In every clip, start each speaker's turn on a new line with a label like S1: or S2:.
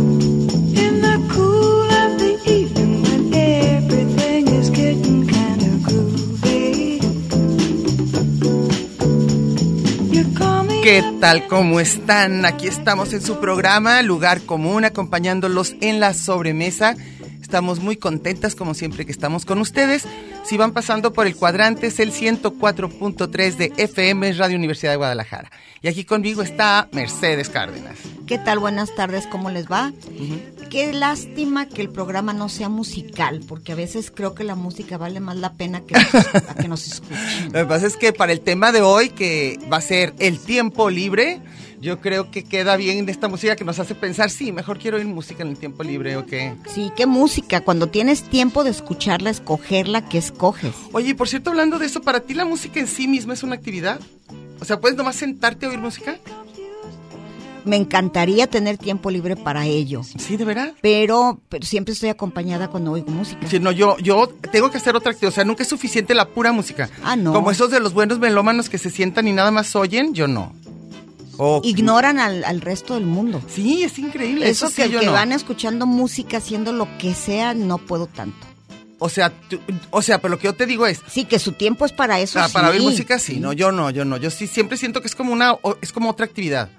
S1: In the cool of the evening when everything is getting kinda groovy You call me
S2: ¿Qué
S1: up
S2: tal? ¿Cómo están? Aquí estamos en su programa Lugar Común, acompañándolos en la sobremesa. Estamos muy contentas, como siempre, que estamos con ustedes. Si van pasando por el cuadrante, es el 104.3 de FM Radio Universidad de Guadalajara. Y aquí conmigo está Mercedes Cárdenas.
S3: ¿Qué tal? Buenas tardes, ¿cómo les va? Qué lástima que el programa no sea musical, porque a veces creo que la música vale más la pena que nos, a que nos escuchen.
S2: Lo que pasa es que para el tema de hoy, que va a ser el tiempo libre, yo creo que queda bien esta música que nos hace pensar, sí, mejor quiero oír música en el tiempo libre o qué.
S3: Sí, qué música. Cuando tienes tiempo de escucharla, escogerla, ¿qué escoges?
S2: Oye, y por cierto, hablando de eso, ¿para ti la música en sí misma es una actividad? O sea, ¿puedes nomás sentarte a oír música?
S3: Me encantaría tener tiempo libre para ello,
S2: Sí, de verdad.
S3: pero, pero siempre estoy acompañada cuando oigo música.
S2: Sí, no, yo, yo tengo que hacer otra actividad. O sea, nunca es suficiente la pura música.
S3: Ah, no.
S2: Como esos de los buenos melómanos que se sientan y nada más oyen, yo no. O-
S3: Ignoran al, al resto del mundo.
S2: Sí, es increíble. Eso,
S3: Eso
S2: sí,
S3: que,
S2: yo
S3: que
S2: no.
S3: van escuchando música, haciendo lo que sea, no puedo tanto.
S2: O sea, tú- o sea, pero lo que yo te digo es,
S3: Sí, que su tiempo es para eso.
S2: Ah, para oír
S3: sí.
S2: música sí, no, yo no, yo no, yo sí siempre siento que es como una, o- es como otra actividad.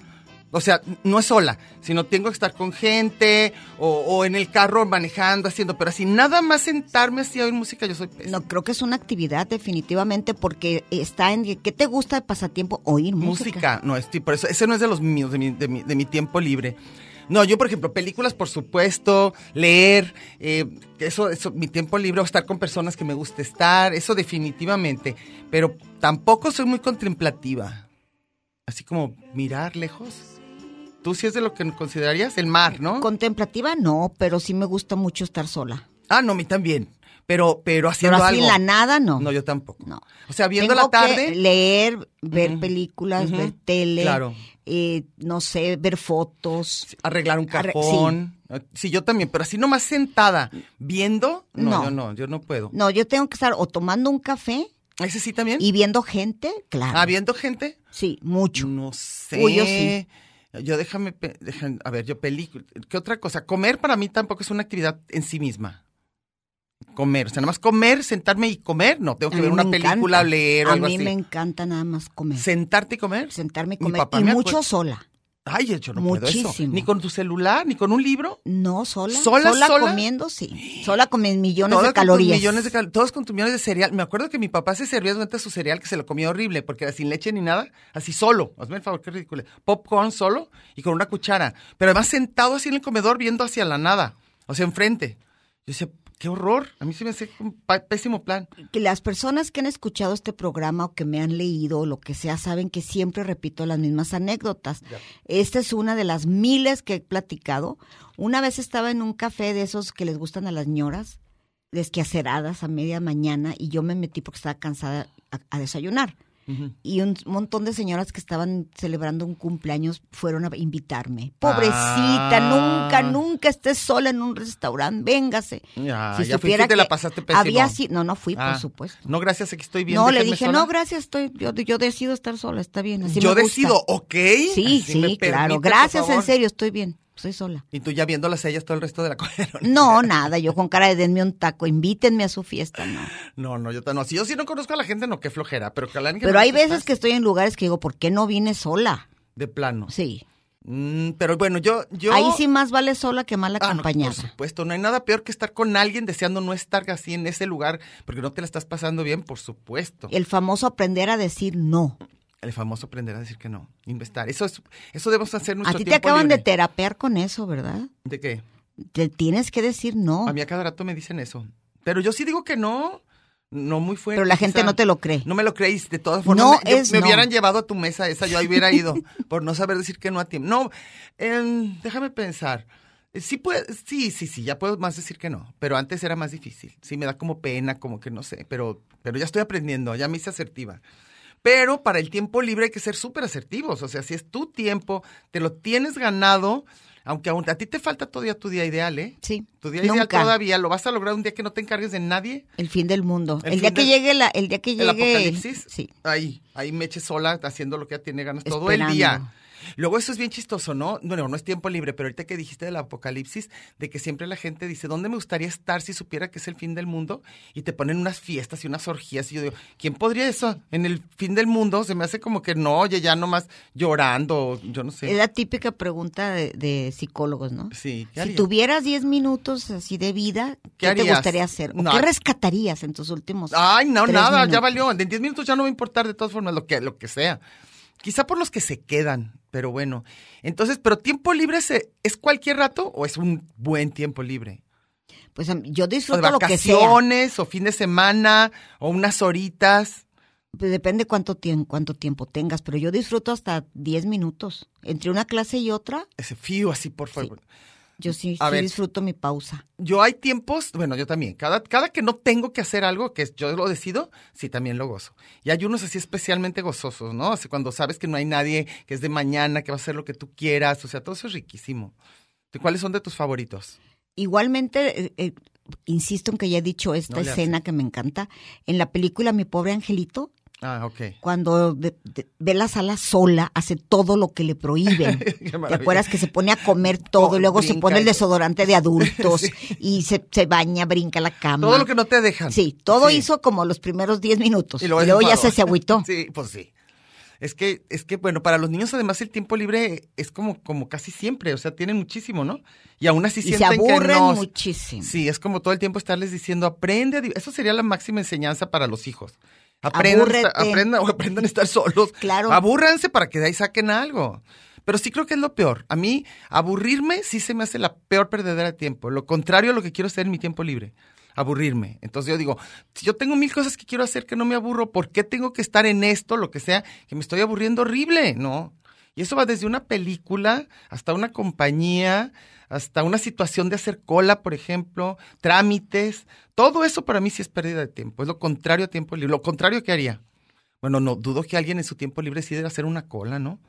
S2: O sea, no es sola, sino tengo que estar con gente o, o en el carro manejando, haciendo, pero así nada más sentarme así a oír música, yo soy pésima.
S3: No, creo que es una actividad definitivamente porque está en... ¿Qué te gusta de pasatiempo? Oír música.
S2: música, no, es, sí, por eso, ese no es de los míos, de mi, de mi- de mi tiempo libre. No, yo por ejemplo, películas por supuesto, leer, eh, eso, eso, mi tiempo libre, o estar con personas que me guste estar, eso definitivamente, pero tampoco soy muy contemplativa, así como mirar lejos. Tú sí es de lo que considerarías el mar, ¿no?
S3: Contemplativa no, pero sí me gusta mucho estar sola.
S2: Ah, no, a mí también, pero, pero
S3: Pero
S2: haciendo
S3: así
S2: algo.
S3: en la nada no.
S2: No, yo tampoco.
S3: No.
S2: O sea, viendo
S3: Tengo
S2: la tarde.
S3: que leer, ver
S2: Ujú.
S3: películas,
S2: Ujú.
S3: ver tele,
S2: Claro.
S3: eh, no sé, ver fotos.
S2: Sí, arreglar un
S3: Arre-
S2: cajón. Sí, yo también, pero así nomás sentada, viendo, no,
S3: No.
S2: yo no, yo no puedo.
S3: No, yo tengo que estar o tomando un café
S2: ¿Ese sí también?
S3: y viendo gente, claro.
S2: ¿Ah, viendo gente?
S3: Sí, mucho.
S2: No sé.
S3: Uy, yo sí.
S2: Yo déjame, pe- déjame- a ver, yo película. ¿Qué otra cosa? Comer para mí tampoco es una actividad en sí misma. Comer, o sea, nomás comer, sentarme y comer, no, tengo que
S3: A
S2: ver
S3: mí
S2: una
S3: me
S2: película,
S3: encanta.
S2: leer o
S3: A
S2: algo
S3: mí
S2: así.
S3: me encanta nada más comer.
S2: Sentarte y comer.
S3: Sentarme y
S2: Mi
S3: comer.
S2: papá
S3: y
S2: me
S3: mucho
S2: acuer-
S3: sola.
S2: Ay, yo no puedo eso.
S3: Muchísimo.
S2: Ni con tu celular, ni con un libro.
S3: No, sola.
S2: ¿Sola,
S3: ¿Sola?
S2: sola?
S3: comiendo, sí. Sola con mis millones
S2: Todos
S3: de calorías.
S2: millones de cal- todos con tus millones de cereal. Me acuerdo que mi papá se servía durante su cereal que se lo comía horrible porque era sin leche ni nada, así solo. Hazme el favor, qué ridículo. Popcorn solo y con una cuchara. Pero además sentado así en el comedor viendo hacia la nada, o sea, enfrente. Yo decía, qué horror. A mí se me hace un pa- pésimo plan.
S3: Que las personas que han escuchado este programa o que me han leído o lo que sea saben que siempre repito las mismas anécdotas. Esta es una de las miles que he platicado. Una vez estaba en un café de esos que les gustan a las ñoras, desquaceradas a media mañana, y yo me metí porque estaba cansada a- a desayunar. y un montón de señoras que estaban celebrando un cumpleaños fueron a invitarme. Pobrecita,
S2: Ah.
S3: nunca, nunca estés sola en un restaurante, véngase.
S2: Ya, ya fuiste y te la pasaste pésimo.
S3: había si- no, no fui,
S2: Ah,
S3: por supuesto.
S2: No, gracias, aquí estoy bien.
S3: no, le
S2: déjenme
S3: dije,
S2: sola.
S3: no, gracias, estoy, yo, yo decido estar sola, está bien. así
S2: Yo
S3: me gusta".
S2: decido, ¿ok?
S3: Sí,
S2: Así
S3: sí,
S2: me permite,
S3: claro,
S2: por
S3: gracias, en
S2: favor.
S3: serio, estoy bien, soy sola.
S2: Y tú ya viendo las ellas todo el resto de la comida.
S3: No, nada, yo con cara de denme un taco, invítenme a su fiesta, no.
S2: No, no, yo ta- no. Si yo sí no conozco a la gente, no, qué flojera. Pero que la
S3: Pero hay veces que estoy en lugares que digo, ¿por qué no vine sola?
S2: De plano.
S3: Sí.
S2: Mm, pero bueno, yo, yo.
S3: Ahí sí más vale sola que mal
S2: Ah, no,
S3: acompañada.
S2: por supuesto, no hay nada peor que estar con alguien deseando no estar así en ese lugar porque no te la estás pasando bien, por supuesto.
S3: el famoso aprender a decir no.
S2: El famoso aprender a decir que no, investar. Eso es, eso debemos hacer
S3: A
S2: nuestro
S3: ti te
S2: tiempo
S3: acaban de
S2: libre.
S3: terapear con eso, ¿verdad?
S2: ¿De qué?
S3: Te tienes que decir no.
S2: A mí a cada rato me dicen eso. Pero yo sí digo que no, no muy fuerte.
S3: Pero la gente
S2: quizá.
S3: no te lo cree.
S2: No me lo creéis, de todas formas.
S3: No
S2: me, yo-
S3: es
S2: me
S3: no.
S2: hubieran llevado a tu mesa esa, yo ahí hubiera ido, por no saber decir que no a tiempo. No, em, déjame pensar. Eh, Sí, puede, sí, sí, sí, ya puedo más decir que no, pero antes era más difícil. Sí, me da como pena, como que no sé, pero, pero ya estoy aprendiendo, ya me hice asertiva. Pero para el tiempo libre hay que ser súper asertivos. O sea, si es tu tiempo, te lo tienes ganado, aunque aún a ti te falta todavía tu día ideal, ¿eh?
S3: Sí,
S2: Tu día ideal
S3: nunca.
S2: todavía lo vas a lograr un día que no te encargues de nadie.
S3: El fin del mundo.
S2: El
S3: El, día
S2: fin
S3: que
S2: del-
S3: llegue la, el día que
S2: El
S3: llegue
S2: apocalipsis,
S3: Sí.
S2: ahí, ahí me eche sola haciendo lo que ya tiene ganas todo el
S3: Esperando.
S2: día. Luego eso es bien chistoso, ¿no? Bueno, no es tiempo libre, pero ahorita que dijiste del apocalipsis, de que siempre la gente dice, ¿dónde me gustaría estar si supiera que es el fin del mundo? Y te ponen unas fiestas y unas orgías. Y yo digo, ¿quién podría eso? En el fin del mundo se me hace como que no, oye, ya nomás llorando, yo no
S3: Es
S2: sé.
S3: la típica pregunta de, de psicólogos, ¿no?
S2: Sí, ¿qué
S3: Si
S2: haría?
S3: tuvieras 10 minutos así de vida,
S2: ¿Qué
S3: ¿qué, te
S2: harías?
S3: gustaría hacer? ¿O
S2: No. Ah.
S3: qué rescatarías en tus últimos
S2: Ay, no,
S3: tres
S2: nada, ya
S3: minutos?
S2: valió. En 10 minutos ya no va a importar de todas formas lo que, lo que sea. Quizá por los que se quedan, pero bueno. Entonces, pero tiempo libre se- es cualquier rato o es un buen tiempo libre.
S3: Pues a mí- yo
S2: O de
S3: disfruto lo que sea.
S2: vacaciones, o fin de semana, o unas horitas.
S3: Pues depende cuánto, tien- cuánto tiempo tengas, pero yo disfruto hasta 10 minutos. Entre una clase y otra,
S2: Ese fío así, por favor.
S3: yo sí,
S2: A
S3: sí
S2: ver.
S3: disfruto mi pausa.
S2: Yo hay tiempos, bueno, yo también, cada, cada que no tengo que hacer algo, que yo lo decido, sí también lo gozo. Y hay unos así especialmente gozosos, ¿no? Así cuando sabes que no hay nadie, que es de mañana, que va a hacer lo que tú quieras, o sea, todo eso es riquísimo. ¿Y ¿Cuáles son de tus favoritos?
S3: Igualmente, eh, eh, insisto en que ya he dicho esta
S2: No le
S3: escena que me encanta. En la película Mi pobre angelito,
S2: Ah, ok.
S3: cuando de- de- ve la sala sola, hace todo lo que le prohíben.
S2: Qué
S3: ¿Te
S2: maravilla. Oh,
S3: acuerdas que se pone a comer todo y luego se
S2: Brinca
S3: pone el
S2: y-
S3: desodorante de adultos y se, se baña, brinca la cama?
S2: Todo lo que no te dejan.
S3: Sí, todo
S2: Sí.
S3: hizo como los primeros 10 minutos.
S2: Y luego,
S3: ya
S2: enfadó.
S3: se, se agüitó.
S2: Sí, pues sí. Es que, es que, bueno, para los niños además el tiempo libre es como, como casi siempre, o sea, tienen muchísimo, ¿no? Y aún así
S3: y se
S2: sienten que
S3: aburren
S2: no.
S3: muchísimo.
S2: Sí, es como todo el tiempo estarles diciendo, aprende a div-". Eso sería la máxima enseñanza para los hijos. Aprendan, a estar-
S3: Abúrrete.
S2: aprendan, o aprendan a estar solos.
S3: Claro.
S2: Abúrranse para que de ahí saquen algo. Pero sí creo que es lo peor. A mí, aburrirme sí se me hace la peor perdedera de tiempo. Lo contrario a lo que quiero hacer en mi tiempo libre. Aburrirme. Entonces yo digo, si yo tengo mil cosas que quiero hacer que no me aburro, ¿por qué tengo que estar en esto, lo que sea, que me estoy aburriendo horrible? No. Y eso va desde una película hasta una compañía, hasta una situación de hacer cola, por ejemplo, trámites. Todo eso para mí sí es pérdida de tiempo. Es lo contrario a tiempo libre. Lo contrario que haría. Bueno, no dudo que alguien en su tiempo libre sí debe hacer una cola, ¿no?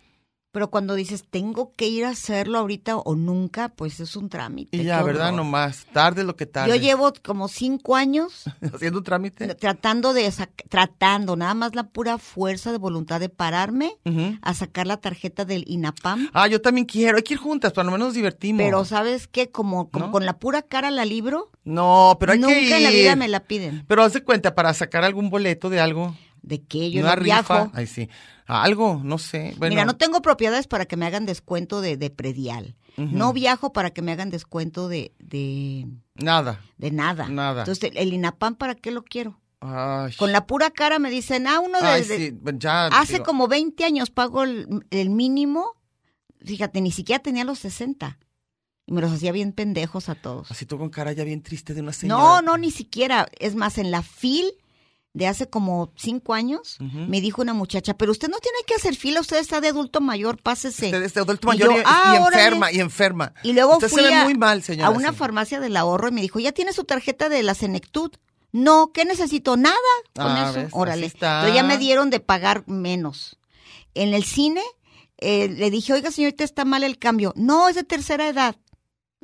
S3: Pero cuando dices, tengo que ir a hacerlo ahorita o nunca, pues es un trámite.
S2: Y
S3: qué
S2: ya, ¿verdad?
S3: horror.
S2: Nomás, tarde lo que tarde.
S3: Yo llevo como cinco años
S2: haciendo un trámite.
S3: tratando de sac- tratando nada más la pura fuerza de voluntad de pararme
S2: Ujú.
S3: a sacar la tarjeta del INAPAM.
S2: Ah, yo también quiero. Hay que ir juntas, para lo menos nos divertimos.
S3: Pero sabes qué, como, como
S2: ¿No?
S3: con la pura cara la libro,
S2: no, pero hay
S3: nunca
S2: que ir.
S3: en la vida me la piden.
S2: Pero haz de cuenta, para sacar algún boleto de algo.
S3: ¿De qué? Yo
S2: una
S3: no
S2: rifa.
S3: viajo.
S2: Ay, sí. Algo, no sé. Bueno,
S3: Mira, no tengo propiedades para que me hagan descuento de, de predial. No viajo para que me hagan descuento de, de,
S2: nada.
S3: de nada.
S2: Nada.
S3: Entonces, el INAPAM, ¿para qué lo quiero?
S2: Ay,
S3: Con la pura cara me dicen, ah, uno
S2: ay,
S3: desde...
S2: sí, bueno, ya,
S3: Hace
S2: digo,
S3: como 20 años pago el, el mínimo. Fíjate, ni siquiera tenía los 60. Y me los hacía bien pendejos a todos.
S2: Así tú con cara ya bien triste de una señora.
S3: No, no, ni siquiera. Es más, en la FIL de hace como 5 años,
S2: Ujú.
S3: me dijo una muchacha, pero usted no tiene que hacer fila, usted está de adulto mayor, pásese.
S2: Usted es de
S3: Y
S2: adulto mayor y,
S3: yo,
S2: y
S3: "Ah, órale".
S2: enferma, y enferma.
S3: Y luego
S2: Usted
S3: fui
S2: se ve
S3: a,
S2: muy mal, señora.
S3: a una
S2: sí.
S3: farmacia del ahorro y me dijo, ¿ya tiene su tarjeta de la Senectud? No, ¿qué necesito? Nada con
S2: Ah,
S3: eso.
S2: ¿ves? Así
S3: Órale.
S2: está.
S3: Entonces ya me dieron de pagar menos. En el cine eh, le dije, oiga, señorita, está mal el cambio. No, es de tercera edad.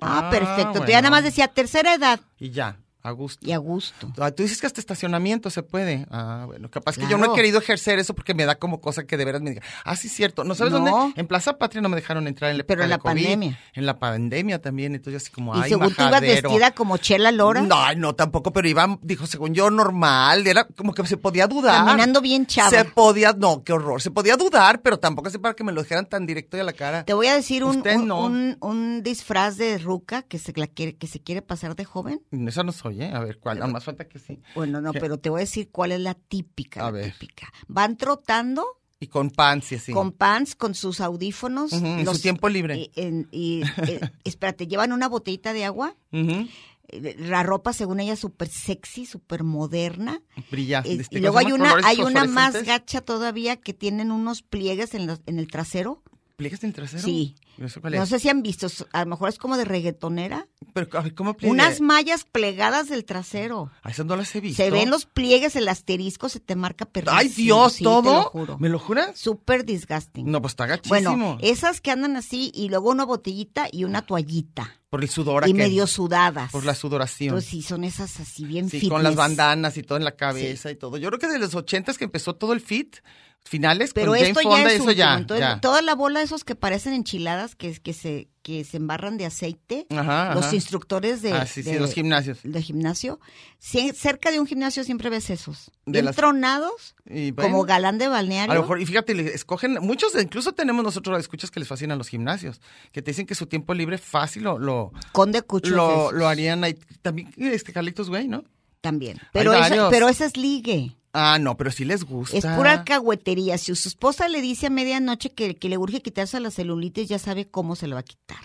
S3: Ah,
S2: Ah,
S3: perfecto. Entonces ya nada
S2: bueno.
S3: más decía tercera edad.
S2: Y ya. a gusto.
S3: y a gusto.
S2: Ah, Tú dices que hasta estacionamiento se puede. Ah, bueno, capaz que yo no
S3: Claro.
S2: he querido ejercer eso porque me da como cosa que de veras me diga. Ah, sí, cierto. ¿No sabes
S3: No.
S2: dónde? En Plaza Patria no me dejaron entrar en la
S3: Pero
S2: época
S3: en
S2: de
S3: la
S2: COVID.
S3: pandemia.
S2: En la pandemia también. Entonces, así como,
S3: Y
S2: ay,
S3: según tú ibas
S2: majadero.
S3: vestida como Chela Lora,
S2: No, ay, no, tampoco, pero iba, dijo, según yo, normal, era como que se podía dudar.
S3: Caminando bien chava.
S2: Se podía, no, qué horror, se podía dudar, pero tampoco así para que me lo dijeran tan directo y a la cara.
S3: te voy a decir un,
S2: Usted
S3: un,
S2: no.
S3: un- un disfraz de ruca que se, la quiere, que se quiere pasar de joven.
S2: Esa no soy, ¿eh? A ver, ¿cuál? Nada más falta que sí.
S3: Bueno, no,
S2: ¿Qué?
S3: pero te voy a decir cuál es la típica.
S2: A
S3: la
S2: ver.
S3: típica. Van trotando
S2: Y con pan, sí, así.
S3: con pants, con sus audífonos.
S2: Ujú, en su tiempo libre.
S3: Y, en- y, eh, espérate, llevan una botellita de agua.
S2: Ujú.
S3: eh, La ropa, según ella, súper sexy, súper moderna.
S2: Brilla.
S3: Eh,
S2: este,
S3: y
S2: ¿cómo
S3: luego
S2: se
S3: hay
S2: llaman?
S3: una,
S2: Colores
S3: hay una más
S2: fosforescentes.
S3: gacha todavía que tienen unos pliegues en, los- en el trasero.
S2: ¿Pliegues del trasero?
S3: Sí.
S2: ¿Eso cuál es?
S3: No sé si han visto, so- a lo mejor es como de reggaetonera.
S2: Pero, a ver, ¿cómo pliegue?
S3: Unas mallas plegadas del trasero.
S2: Ay, esas no las he visto.
S3: Se ven los pliegues, el asterisco se te marca perrísimo.
S2: Ay, Dios,
S3: sí,
S2: todo.
S3: Te lo juro.
S2: ¿Me lo juras?
S3: Súper disgusting.
S2: No, pues está gachísimo.
S3: Bueno, esas que andan así y luego una botellita y una toallita
S2: Por el sudor
S3: y
S2: aquel.
S3: medio sudadas.
S2: Por la sudoración.
S3: Pues sí, son esas así bien
S2: Sí,
S3: fitness.
S2: con las bandanas y todo en la cabeza y todo. Yo creo que de los ochentas que empezó todo el fit, finales,
S3: Pero
S2: con Jane
S3: esto
S2: Fonda,
S3: ya es
S2: eso
S3: último.
S2: ya,
S3: Entonces,
S2: ya.
S3: toda la bola de esos que parecen enchiladas que, que se que se embarran de aceite,
S2: Ajá,
S3: los
S2: ajá.
S3: instructores de,
S2: Ah, sí, sí,
S3: de-
S2: los gimnasios.
S3: de gimnasio, Sie- cerca de un gimnasio siempre ves esos,
S2: De
S3: bien
S2: las-
S3: tronados,
S2: Y
S3: como
S2: bueno,
S3: galán de balneario.
S2: a lo mejor, y fíjate, le escogen, muchos, incluso tenemos nosotros escuchas que les fascinan los gimnasios, que te dicen que su tiempo libre fácil lo, lo,
S3: Conde Cuchos
S2: lo,
S3: esos
S2: lo harían ahí. También este Carlitos Güey, ¿no?
S3: también. Pero esa,
S2: varios.
S3: pero esa es ligue.
S2: Ah, no, pero sí les gusta.
S3: Es pura alcahuetería. Si su esposa le dice a medianoche que, que le urge quitarse la celulitis, ya sabe cómo se la va a quitar.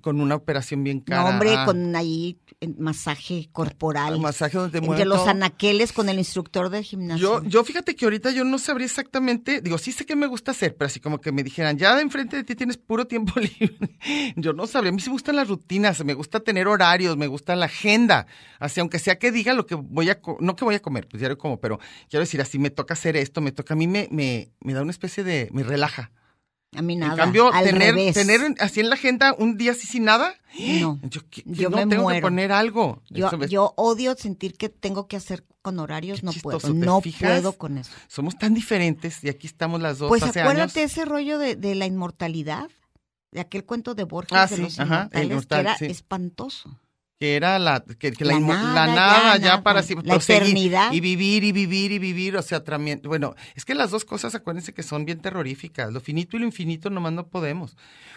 S2: Con una operación bien cara.
S3: No, hombre,
S2: Ah,
S3: con ahí eh, masaje corporal.
S2: al masaje donde te
S3: entre
S2: mueven
S3: los
S2: todo.
S3: anaqueles con el instructor de gimnasio.
S2: Yo, yo fíjate que ahorita yo no sabría exactamente, digo, sí sé que me gusta hacer, pero así como que me dijeran, ya de enfrente de ti tienes puro tiempo libre. Yo no sabría, a mí sí me gustan las rutinas, me gusta tener horarios, me gusta la agenda. Así, aunque sea que diga lo que voy a, co- no que voy a comer, pues diario como, pero quiero decir, así me toca hacer esto, me toca, a mí me, me, me da una especie de, me relaja.
S3: a mí nada.
S2: en cambio,
S3: al
S2: tener,
S3: revés.
S2: tener en- así en la agenda un día así sin nada,
S3: No,
S2: yo, que- que
S3: yo
S2: no
S3: me
S2: tengo que
S3: muero.
S2: poner algo.
S3: yo,
S2: Eso me-
S3: yo odio sentir que tengo que hacer con horarios.
S2: Qué
S3: No
S2: chistoso,
S3: puedo.
S2: ¿te
S3: No
S2: fijas?
S3: puedo con eso.
S2: Somos tan diferentes y aquí estamos las dos
S3: Pues
S2: hace
S3: acuérdate
S2: años.
S3: ese rollo de, de la inmortalidad. De aquel cuento de Borges
S2: Ah,
S3: de
S2: sí,
S3: los
S2: ajá, el
S3: inmortales,
S2: inmortal,
S3: que era
S2: sí.
S3: espantoso.
S2: que era la que, que la,
S3: La
S2: inmo- la
S3: nada,
S2: nada,
S3: ya
S2: ya,
S3: nada.
S2: para sí,
S3: La
S2: pero seguir
S3: eternidad.
S2: y vivir y vivir y vivir o sea también bueno es que las dos cosas acuérdense que son bien terroríficas lo finito y lo infinito nomás no podemos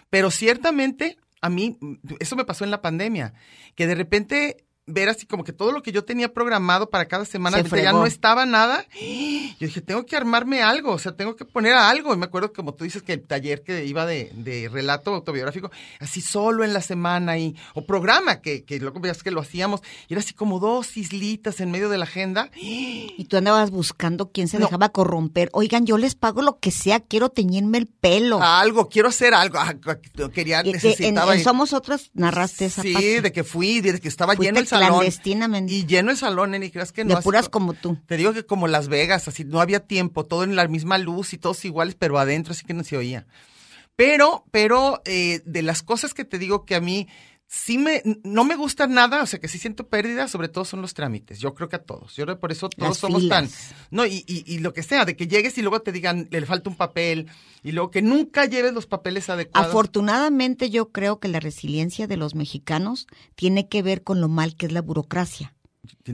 S2: pero ciertamente a mí mm, eso me pasó en la pandemia que de repente ver así como que todo lo que yo tenía programado para cada semana
S3: Se
S2: ahorita ya
S3: fregó.
S2: no estaba nada yo dije tengo que armarme algo o sea tengo que poner a algo y me acuerdo como tú dices que el taller que iba de, de relato autobiográfico así solo en la semana y o programa que que luego veías que lo hacíamos y era así como dos islitas en medio de la agenda
S3: Y tú andabas buscando quién se
S2: No.
S3: dejaba corromper. Oigan, yo les pago lo que sea, quiero teñirme el pelo.
S2: algo quiero hacer algo ah, quería
S3: Y que en,
S2: Ah, necesitaba
S3: en
S2: ir.
S3: Somos Otras narraste esa
S2: sí
S3: parte.
S2: de que fui de que estaba
S3: Fuiste
S2: lleno el salón
S3: clandestinamente.
S2: y lleno el salón ni creas que no
S3: de
S2: así
S3: puras
S2: co-
S3: como tú.
S2: Te digo que como Las Vegas, así no había tiempo, todo en la misma luz y todos iguales, pero adentro así que no se oía. Pero, pero eh, de las cosas que te digo que a mí sí me, no me gustan nada, o sea que sí siento pérdida, sobre todo son los trámites. Yo creo que a todos. Yo creo que por eso todos
S3: Las
S2: somos
S3: filas.
S2: tan. No, y, y, y lo que sea, de que llegues y luego te digan, le falta un papel, y luego que nunca lleves los papeles adecuados.
S3: Afortunadamente yo creo que la resiliencia de los mexicanos tiene que ver con lo mal que es la burocracia.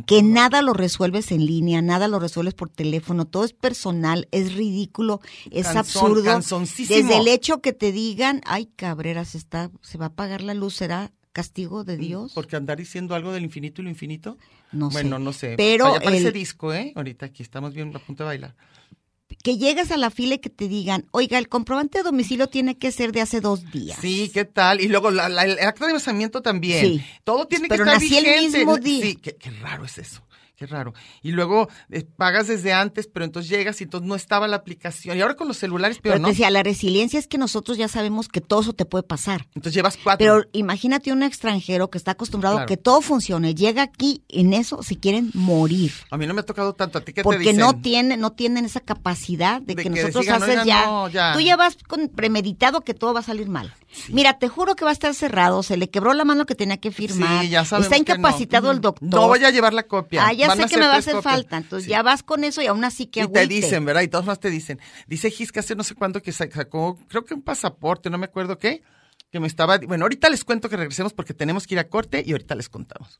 S3: Que nada lo resuelves en línea, nada lo resuelves por teléfono, todo es personal, es ridículo, es
S2: Canzón,
S3: absurdo.
S2: canzoncísimo.
S3: Desde el hecho que te digan, ay Cabrera, se, está, se va a pagar la luz, será castigo
S2: Mm,
S3: de Dios.
S2: Porque andar diciendo algo del infinito y lo infinito.
S3: No sé.
S2: bueno, no sé.
S3: Pero
S2: Allá parece
S3: el-
S2: disco, ¿eh? Ahorita aquí estamos bien a punto de bailar.
S3: que llegas a la fila y que te digan, oiga, el comprobante de domicilio tiene que ser de hace dos días.
S2: Sí, ¿qué tal? Y luego la- la- el acta de nacimiento también.
S3: Sí.
S2: Todo tiene
S3: Pero
S2: que estar
S3: nací el
S2: vigente.
S3: mismo día.
S2: Sí, qué, qué raro es eso. Qué raro. Y luego eh, pagas desde antes, pero entonces llegas y entonces no estaba la aplicación. Y ahora con los celulares,
S3: Pero
S2: pero
S3: te
S2: no.
S3: decía, la resiliencia es que nosotros ya sabemos que todo eso te puede pasar.
S2: Entonces llevas cuatro.
S3: Pero imagínate un extranjero que está acostumbrado a
S2: Claro.
S3: que todo funcione, llega aquí en eso se quieren morir.
S2: a mí no me ha tocado tanto. ¿A ti qué te
S3: Porque
S2: dicen?
S3: no tienen, no tienen esa capacidad de, que,
S2: De que
S3: nosotros
S2: digan,
S3: haces
S2: "Oiga,
S3: ya,
S2: no, ya".
S3: Tú ya vas con premeditado que todo va a salir mal. Mira, te juro que va a estar cerrado, se le quebró la mano que tenía que firmar.
S2: Sí, ya sabemos
S3: Está
S2: que no.
S3: incapacitado el
S2: Mm,
S3: doctor.
S2: No voy a llevar la copia.
S3: Ah, ya
S2: Van
S3: sé que me
S2: hacer
S3: va a
S2: tres
S3: hacer
S2: copias.
S3: falta. Entonces
S2: Sí.
S3: ya vas con eso y aún así que
S2: Y te
S3: agüite.
S2: dicen, ¿verdad? Y todas más te dicen. Dice Gis que hace no sé cuándo que sa- sacó, creo que un pasaporte, no me acuerdo qué, que me estaba... Bueno, ahorita les cuento que regresemos porque tenemos que ir a corte y ahorita les contamos.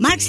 S4: Marx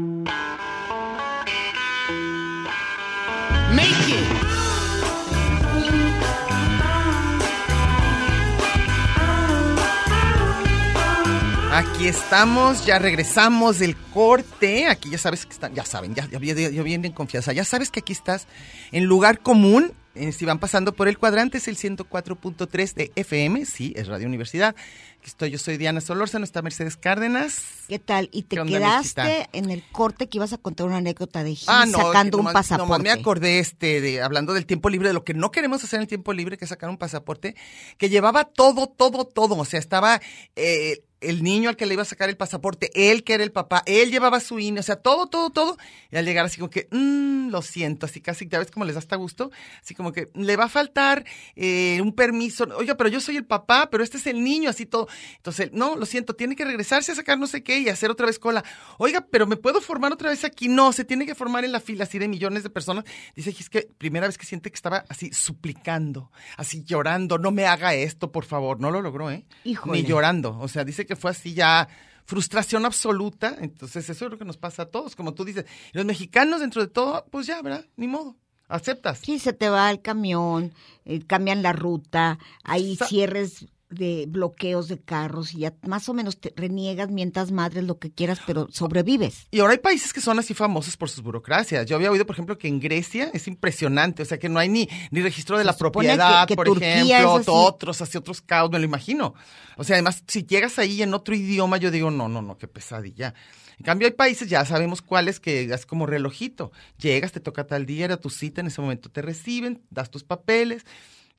S2: Aquí estamos, ya regresamos del corte. Aquí ya sabes que están, ya saben, ya, ya, ya- ya vienen en confianza. Ya sabes que aquí estás en lugar común. Eh, Si van pasando por el cuadrante, es el 104.3 de FM, sí, es Radio Universidad. Aquí estoy, yo soy Diana Solórzano, está Mercedes Cárdenas.
S3: ¿Qué tal? Y te
S2: ¿Qué onda,
S3: quedaste
S2: Mexita?
S3: en el corte que ibas a contar una anécdota de Gil sacando un
S2: Ah, nomás-
S3: pasaporte.
S2: nomás me acordé este de hablando del tiempo libre, de lo que no queremos hacer en el tiempo libre, que es sacar un pasaporte, que llevaba todo, todo, todo. O sea, estaba eh, el niño al que le iba a sacar el pasaporte, él que era el papá, él llevaba su INE, o sea, todo, todo, todo. Y al llegar así como que, "Mm, lo siento, así casi, ya ves como les da hasta gusto, así como que le va a faltar eh, un permiso. Oiga, pero yo soy el papá, pero este es el niño, así todo. Entonces, no, lo siento, tiene que regresarse a sacar no sé qué y hacer otra vez cola. Oiga, pero me puedo formar otra vez aquí. No, se tiene que formar en la fila así de millones de personas. Dice, es que primera vez que siente que estaba así suplicando, así llorando, no me haga esto, por favor. No lo logró, ¿eh?
S3: Híjole.
S2: Ni llorando. O sea, dice que fue así ya frustración absoluta. Entonces, eso es lo que nos pasa a todos, como tú dices. Los mexicanos, dentro de todo, pues ya, ¿verdad? Ni modo. Aceptas.
S3: Sí, se te va el camión, eh, cambian la ruta, hay
S2: Sa-
S3: cierres de bloqueos de carros y ya más o menos te reniegas, mientas madres, lo que quieras, pero sobrevives.
S2: Y ahora hay países que son así famosos por sus burocracias. Yo había oído, por ejemplo, que en Grecia es impresionante, o sea, que no hay ni, ni registro de la
S3: supone que-
S2: propiedad,
S3: que
S2: por
S3: Turquía
S2: ejemplo,
S3: es así.
S2: to- otros, así otros caos, me lo imagino. O sea, además, si llegas ahí en otro idioma, yo digo, no, no, no, qué pesadilla. En cambio, hay países, ya sabemos cuáles, que es como relojito. Llegas, te toca tal día, era tu cita, en ese momento te reciben, das tus papeles,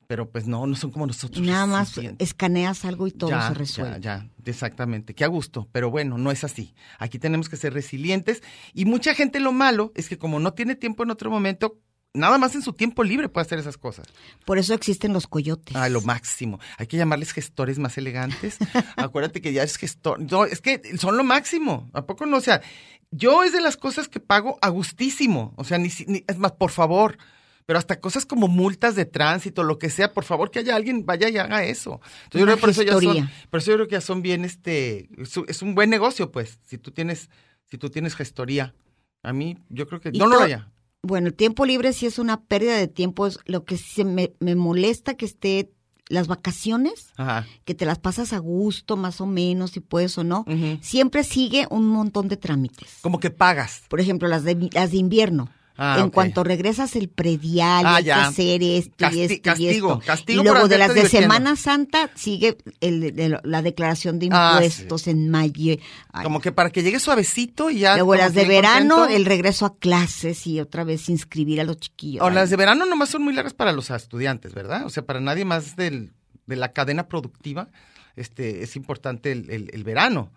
S2: pero pues no, no son como
S3: Y
S2: nosotros.
S3: nada
S2: sí,
S3: más
S2: sí,
S3: escaneas algo y todo
S2: ya,
S3: se resuelve.
S2: Ya, ya, exactamente. Qué a gusto, pero bueno, no es así. Aquí tenemos que ser resilientes y mucha gente lo malo es que como no tiene tiempo en otro momento, nada más en su tiempo libre puede hacer esas cosas.
S3: Por eso existen los coyotes.
S2: A Ah, lo máximo. Hay que llamarles gestores más elegantes. Acuérdate que ya es gestor. No, es que son lo máximo. ¿A poco no? O sea, yo es de las cosas que pago a gustísimo. O sea, ni, si- ni- es más, por favor. Pero hasta cosas como multas de tránsito, lo que sea, por favor, que haya alguien vaya y haga eso. Entonces, yo
S3: Una
S2: creo que por eso ya son,
S3: gestoría.
S2: por eso yo creo que ya son bien, este, es un- es un buen negocio, pues, si tú tienes, si tú tienes gestoría. A mí, yo creo que
S3: Y
S2: no lo
S3: to-
S2: haya.
S3: Bueno, el tiempo libre sí es una pérdida de tiempo. Es lo que se me, me molesta que esté las vacaciones,
S2: Ajá.
S3: que te las pasas a gusto, más o menos, si puedes o no.
S2: Ujú.
S3: Siempre sigue un montón de trámites.
S2: Como que pagas.
S3: Por ejemplo, las de, las de invierno.
S2: Ah,
S3: en
S2: ok.
S3: cuanto regresas el predial,
S2: Ah,
S3: hay que
S2: ya.
S3: hacer esto y
S2: Casti-
S3: esto y
S2: castigo,
S3: esto.
S2: castigo
S3: y
S2: por
S3: luego de
S2: andarte
S3: las de
S2: divirtiendo.
S3: Semana Santa sigue el- el- la declaración de
S2: Ah, sí.
S3: impuestos en mayo. Ay,
S2: Como que para que llegue suavecito y ya.
S3: Luego
S2: como
S3: las
S2: que
S3: de
S2: bien
S3: verano,
S2: contento.
S3: el regreso a clases y otra vez inscribir a los chiquillos.
S2: O
S3: Ay,
S2: las de verano nomás son muy largas para los estudiantes, ¿verdad? O sea, para nadie más del, de la cadena productiva este, es importante el, el- el verano.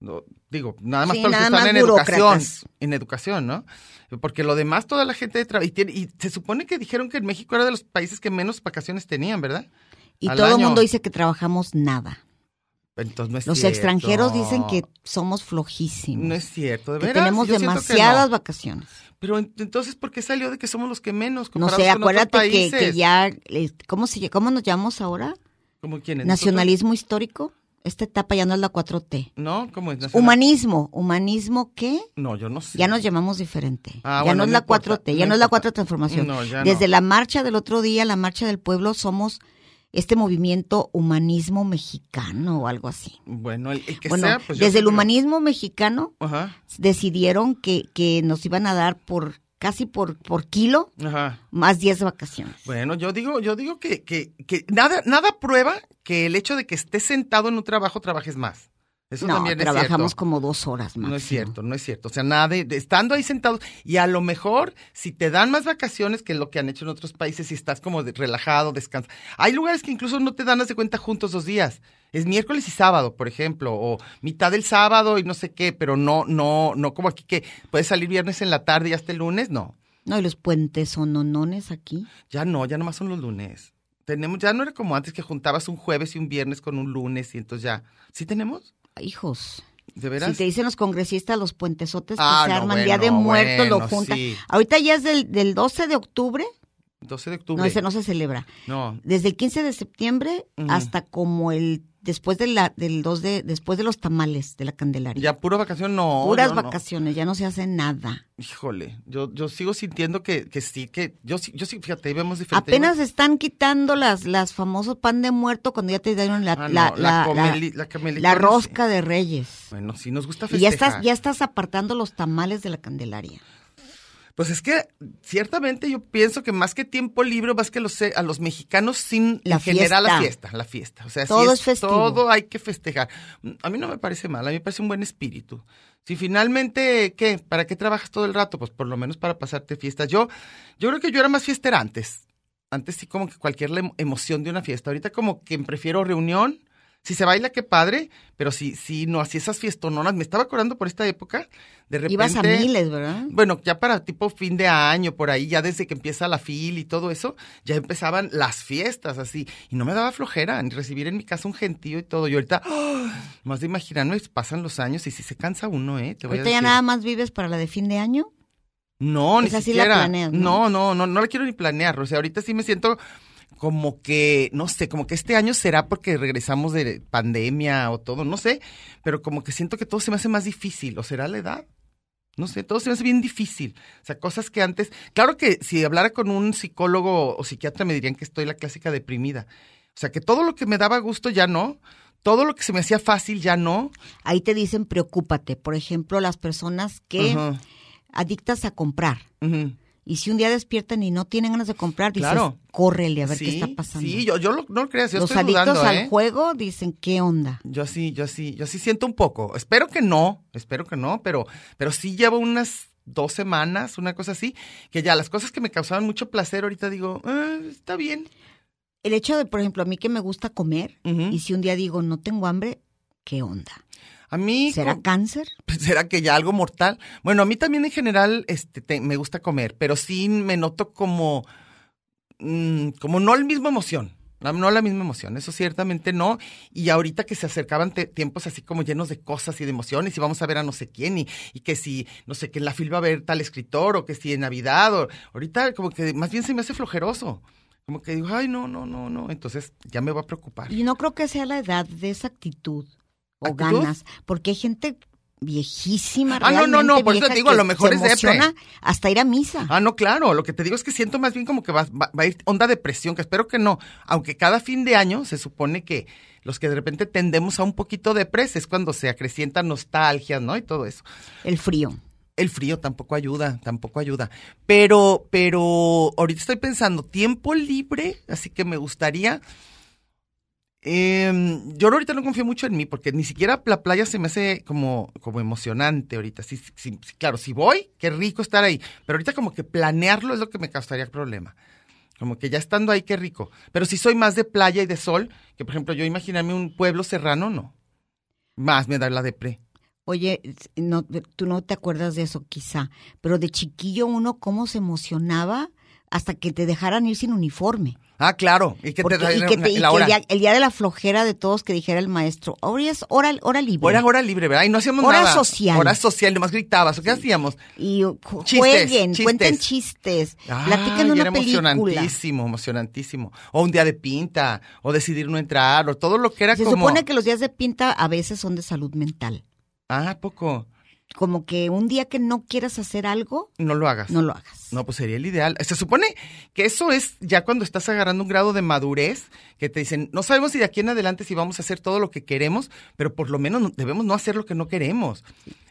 S2: No, digo, nada más
S3: Sí,
S2: para los que
S3: nada
S2: están en
S3: más
S2: educación.
S3: burócratas.
S2: En educación, ¿no? Porque lo demás, toda la gente de trabajo. Y, tiene- y se supone que dijeron que en México era de los países que menos vacaciones tenían, ¿verdad?
S3: y
S2: al
S3: todo el
S2: año.
S3: mundo dice que trabajamos nada.
S2: Entonces no es
S3: Los
S2: cierto.
S3: extranjeros dicen que somos flojísimos.
S2: No es cierto, de
S3: que
S2: veras.
S3: tenemos
S2: Yo siento que no.
S3: demasiadas vacaciones.
S2: Pero ent- entonces, ¿por qué salió de que somos los que menos?
S3: No
S2: comparados
S3: sé,
S2: con otros
S3: acuérdate que, que
S2: países?
S3: ya, eh, ¿cómo, se, ll- ¿cómo nos llamamos ahora?
S2: ¿Cómo quién es?
S3: Nacionalismo histórico. Esta etapa ya no es la 4T.
S2: ¿Nosotros? ¿No? ¿Cómo es? Nacional-
S3: Humanismo. ¿Humanismo qué?
S2: No, yo no sé.
S3: Ya nos llamamos diferente.
S2: Ah,
S3: ya
S2: bueno,
S3: no es
S2: no
S3: la
S2: importa,
S3: 4T, ya
S2: no
S3: no es la
S2: importa.
S3: cuatro transformación.
S2: No, ya
S3: Desde
S2: no.
S3: la marcha del otro día, la marcha del pueblo, somos este movimiento humanismo mexicano o algo así.
S2: Bueno, el, el que
S3: bueno,
S2: sea, pues yo
S3: desde el
S2: creo-
S3: humanismo mexicano
S2: Ajá,
S3: decidieron que, que nos iban a dar por casi por, por kilo
S2: ajá.
S3: más 10 vacaciones.
S2: Bueno, yo digo, yo digo que, que, que nada, nada prueba que el hecho de que estés sentado en un trabajo trabajes más. Eso
S3: no,
S2: también es
S3: trabajamos
S2: cierto.
S3: como dos horas más.
S2: No es cierto, no es cierto. O sea, nada de, de estando ahí sentados y a lo mejor si te dan más vacaciones que lo que han hecho en otros países, si estás como de- relajado, descansa. Hay lugares que incluso no te dan haz de cuenta juntos dos días. Es miércoles y sábado, por ejemplo, o mitad del sábado y no sé qué, pero no, no, no como aquí que puedes salir viernes en la tarde y hasta el lunes, no.
S3: No, y los puentes sononones aquí.
S2: Ya no, ya nomás son los lunes. Tenemos, ya no era como antes que juntabas un jueves y un viernes con un lunes y entonces ya. ¿Sí tenemos?
S3: Hijos.
S2: ¿De veras?
S3: Si te dicen los congresistas, los puentesotes que
S2: Ah,
S3: se
S2: no,
S3: arman, día de
S2: bueno,
S3: muertos lo
S2: bueno,
S3: juntan.
S2: sí.
S3: Ahorita ya es del, del 12 de octubre.
S2: 12 de octubre.
S3: No, ese no se celebra.
S2: No.
S3: Desde el 15 de septiembre
S2: Ujú.
S3: hasta como el después de la del 2 de después de los tamales de la Candelaria.
S2: Ya puro vacación, no.
S3: Puras
S2: yo no.
S3: vacaciones, ya no se hace nada.
S2: Híjole, yo, yo sigo sintiendo que, que sí, que yo, sí- yo sí, fíjate, ahí vemos diferente.
S3: Apenas están quitando las las famosos pan de muerto cuando ya te dieron la
S2: Ah, no,
S3: la, la-
S2: la
S3: la-
S2: comeli- la camelicón,
S3: la
S2: no sé.
S3: rosca de Reyes.
S2: Bueno, sí, nos gusta
S3: Y ya
S2: festejar.
S3: estás ya estás apartando los tamales de la Candelaria.
S2: Pues es que ciertamente yo pienso que más que tiempo libre, más que los, a los mexicanos sin
S3: La
S2: en general la
S3: fiesta.
S2: fiesta, la fiesta. O sea, sí
S3: Todo es festivo.
S2: Todo hay que festejar. A mí no me parece mal, a mí me parece un buen espíritu. Si finalmente, ¿qué? ¿Para qué trabajas todo el rato? Pues por lo menos para pasarte fiestas. Yo, yo creo que yo era más fiestera antes. Antes sí como que cualquier la em- emoción de una fiesta. Ahorita como que prefiero reunión. Si se baila, qué padre, pero si, si no, así esas fiestononas. Me estaba acordando por esta época, de repente...
S3: Ibas a miles, ¿verdad?
S2: Bueno, ya para tipo fin de año, por ahí, ya desde que empieza la fil y todo eso, ya empezaban las fiestas así. Y no me daba flojera en recibir en mi casa un gentío y todo. Y ahorita, ¡ah! más de imaginarme, pasan los años y si se cansa uno, ¿eh? Te voy a
S3: Ahorita ya
S2: decir.
S3: nada más vives para la de fin de año.
S2: No, ni
S3: Esa sí la
S2: siquiera.
S3: planeas, ¿no?
S2: ¿no? no, no, no, la quiero ni planear. O sea, ahorita sí me siento como que, no sé, como que este año será porque regresamos de pandemia o todo, no sé, pero como que siento que todo se me hace más difícil, o será la edad. No sé, todo se me hace bien difícil. O sea, cosas que antes. Claro que si hablara con un psicólogo o psiquiatra me dirían que estoy la clásica deprimida. O sea, que todo lo que me daba gusto ya no. Todo lo que se me hacía fácil ya no.
S3: Ahí te dicen preocúpate. Por ejemplo, las personas que
S2: Ajá,
S3: adictas a comprar.
S2: ujú.
S3: Y si un día despiertan y no tienen ganas de comprar, dices,
S2: Claro.
S3: córrele a ver qué
S2: Sí,
S3: está pasando.
S2: Sí, yo, yo lo- no lo creas. Yo
S3: Los
S2: estoy
S3: adictos
S2: dudando,
S3: al
S2: ¿eh?
S3: juego dicen, ¿qué onda?
S2: Yo sí, yo sí, yo sí siento un poco. Espero que no, espero que no, pero, pero sí llevo unas dos semanas, una cosa así, que ya las cosas que me causaban mucho placer ahorita digo, "Ah, está bien.
S3: El hecho de, por ejemplo, a mí que me gusta comer,
S2: Ujú.
S3: y si un día digo, no tengo hambre, ¿qué onda?
S2: A mí
S3: ¿Será
S2: co-
S3: cáncer?
S2: será que ya algo mortal. Bueno, a mí también en general este te- me gusta comer, pero sí me noto como mm, como no la misma emoción. No- No la misma emoción, eso ciertamente no. Y ahorita que se acercaban te- tiempos así como llenos de cosas y de emociones, y vamos a ver a no sé quién, y, y que si, no sé, que en la fil va a haber tal escritor, o que si en Navidad, o ahorita como que más bien se me hace flojeroso. Como que digo, ay, no, no, no, no. Entonces ya me va a preocupar.
S3: Y no creo que sea la edad de esa actitud o
S2: ¿Actitud?
S3: ganas, porque hay gente viejísima.
S2: Ah, no, no,
S3: realmente
S2: no, por eso
S3: vieja
S2: te digo, a
S3: que
S2: lo mejor
S3: se
S2: es depre.
S3: emociona hasta ir a misa.
S2: Ah, no, claro. Lo que te digo es que siento más bien como que va, va- va a ir onda depresión, que espero que no. Aunque cada fin de año se supone que los que de repente tendemos a un poquito de es cuando se acrecienta nostalgia, ¿no? Y todo eso.
S3: El frío.
S2: El frío tampoco ayuda, tampoco ayuda. Pero, pero ahorita estoy pensando, tiempo libre, así que me gustaría. em, yo ahorita no confío mucho en mí, porque ni siquiera la playa se me hace como, como emocionante ahorita. Sí, sí, sí, sí, claro, si voy, qué rico estar ahí. Pero ahorita como que planearlo es lo que me causaría problema. Como que ya estando ahí, qué rico. Pero si soy más de playa y de sol, que por ejemplo yo imaginarme un pueblo serrano, no. Más me da la depre.
S3: Oye, no, tú no te acuerdas de eso quizá, pero de chiquillo uno cómo se emocionaba hasta que te dejaran ir sin uniforme.
S2: Ah, claro. Y que
S3: Porque-
S2: te traen
S3: y que
S2: una-
S3: te- y
S2: la
S3: que
S2: hora.
S3: el, día, el día de la flojera de todos que dijera el maestro, ahora es hora, hora libre.
S2: Hora, hora libre, ¿verdad? Y no hacíamos
S3: Hora
S2: nada.
S3: social.
S2: Hora social, nomás gritabas. ¿o ¿Qué hacíamos?
S3: y uh, ju-
S2: Chistes,
S3: jueguen,
S2: chistes.
S3: cuenten chistes,
S2: Ah,
S3: platiquen
S2: y
S3: una
S2: era
S3: película.
S2: emocionantísimo, emocionantísimo. O un día de pinta, o decidir no entrar, o todo lo que era
S3: Se
S2: como...
S3: supone que los días de pinta a veces son de salud mental.
S2: Ah, ¿a poco.
S3: Como que un día que no quieras hacer algo,
S2: No lo hagas.
S3: no lo hagas.
S2: No, pues sería el ideal. Se supone que eso es ya cuando estás agarrando un grado de madurez, que te dicen, no sabemos si de aquí en adelante si vamos a hacer todo lo que queremos, pero por lo menos no- debemos no hacer lo que no queremos.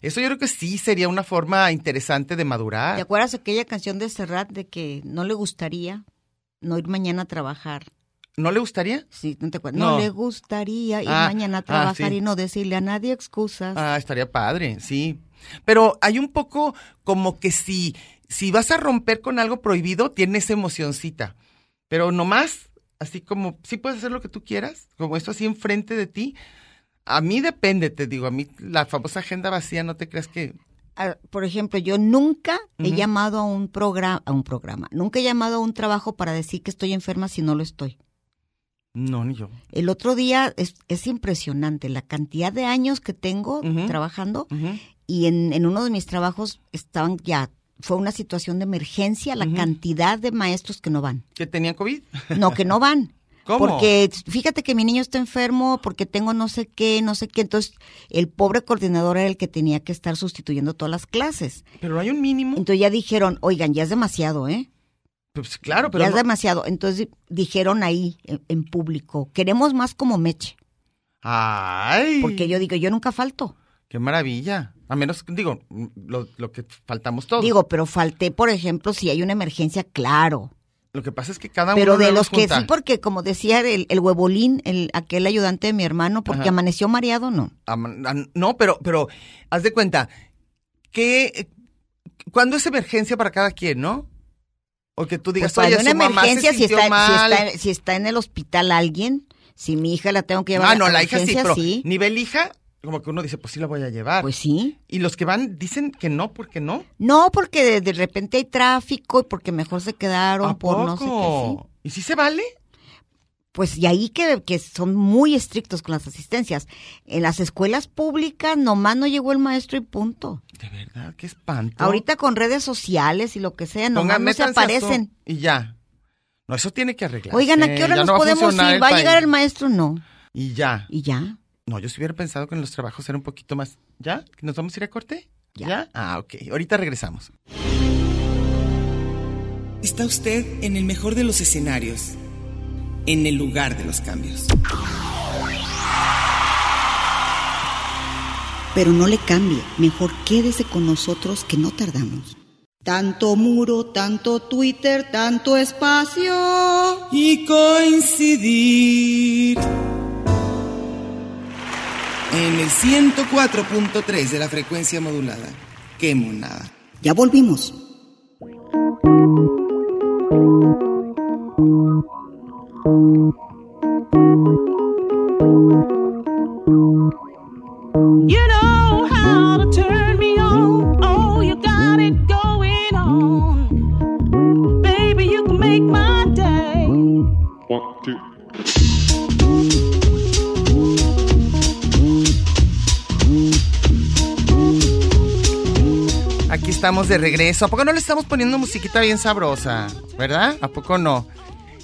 S2: Eso yo creo que sí sería una forma interesante de
S3: ¿Te
S2: madurar.
S3: acuerdas aquella canción de Serrat de que no le gustaría no ir mañana a trabajar?
S2: ¿No le gustaría?
S3: Sí, no te acuerdas. No,
S2: No.
S3: le gustaría ir
S2: Ah,
S3: mañana a
S2: ah,
S3: trabajar
S2: sí.
S3: y no decirle a nadie excusas.
S2: Ah, estaría padre, sí. Pero hay un poco como que si, si vas a romper con algo prohibido, tiene esa emocioncita. Pero nomás, así como, sí puedes hacer lo que tú quieras, como esto así enfrente de ti. A mí depende, te digo, a mí la famosa agenda vacía, no te creas que...
S3: Ah, Por ejemplo, yo nunca he
S2: Ujú.
S3: llamado a un programa, a un programa, nunca he llamado a un trabajo para decir que estoy enferma si no lo estoy.
S2: No, ni yo.
S3: El otro día es, es impresionante la cantidad de años que tengo
S2: Ujú.
S3: trabajando
S2: Ujú.
S3: y en, en uno de mis trabajos estaban ya, fue una situación de emergencia la cantidad de maestros que no van.
S2: ¿Que tenía COVID?
S3: No, que no van.
S2: ¿Cómo?
S3: Porque fíjate que mi niño está enfermo, porque tengo no sé qué, no sé qué. Entonces, el pobre coordinador era el que tenía que estar sustituyendo todas las clases.
S2: Pero no hay un mínimo.
S3: Entonces ya dijeron, oigan, ya es demasiado, ¿eh?
S2: Pues claro, pero...
S3: ya es
S2: no-
S3: demasiado. Entonces di- dijeron ahí, en, en público, queremos más como Meche.
S2: Ay,
S3: Porque yo digo, yo nunca falto.
S2: qué maravilla. A menos, digo, lo, lo que faltamos todos.
S3: Digo, pero falté, por ejemplo, si hay una emergencia, claro.
S2: lo que pasa es que cada
S3: Pero
S2: uno
S3: de
S2: luego
S3: los que
S2: junta.
S3: sí, porque como decía el, el huevolín, el, aquel ayudante de mi hermano, porque
S2: Ajá.
S3: amaneció mareado, no.
S2: Am- an- No, pero, pero, haz de cuenta, que ¿cuándo es emergencia para cada quien, no? O que tú digas,
S3: Pues,
S2: oye,
S3: cuando
S2: su
S3: una
S2: mamá se
S3: emergencia, si
S2: sintió
S3: está,
S2: mal.
S3: si, está, si está en el hospital alguien, si mi hija la tengo que llevar
S2: ah,
S3: a
S2: no, la hija sí,
S3: urgencias,
S2: pero nivel hija, como que uno dice, pues sí la voy a llevar.
S3: Pues sí.
S2: y los que van dicen que no, porque no.
S3: No, porque de, de repente hay tráfico y porque mejor se quedaron
S2: ¿A
S3: por no sé qué. sí.
S2: poco? ¿Y si se vale?
S3: Pues y ahí que, que son muy estrictos con las asistencias. En las escuelas públicas nomás no llegó el maestro y punto.
S2: De verdad, qué espanto.
S3: Ahorita con redes sociales y lo que sea, nomás
S2: Pongan,
S3: no se
S2: métanse a su-
S3: aparecen.
S2: Y ya. No, eso tiene que arreglarse.
S3: Oigan, ¿a qué hora
S2: Ya
S3: nos
S2: no va
S3: podemos ir?
S2: funcionar
S3: ¿Va a llegar
S2: país.
S3: el maestro? No.
S2: Y ya.
S3: Y ya.
S2: No, yo sí hubiera pensado que en los trabajos era un poquito más. ¿Ya? ¿Nos vamos a ir a corte?
S3: Ya.
S2: Ah, ok. Ahorita regresamos.
S5: Está usted en el mejor de los escenarios, en el lugar de los cambios.
S4: Pero no le cambie, mejor quédese con nosotros que no tardamos. Tanto muro, tanto Twitter, tanto espacio.
S5: Y coincidir. En el 104.3 de la frecuencia modulada. Qué monada.
S4: Ya volvimos.
S6: You know how to turn me on. Oh, you got it going on. Baby, you can make my day.
S7: One, two.
S2: Aquí estamos de regreso. ¿A poco no le estamos poniendo musiquita bien sabrosa? ¿Verdad? ¿A poco no?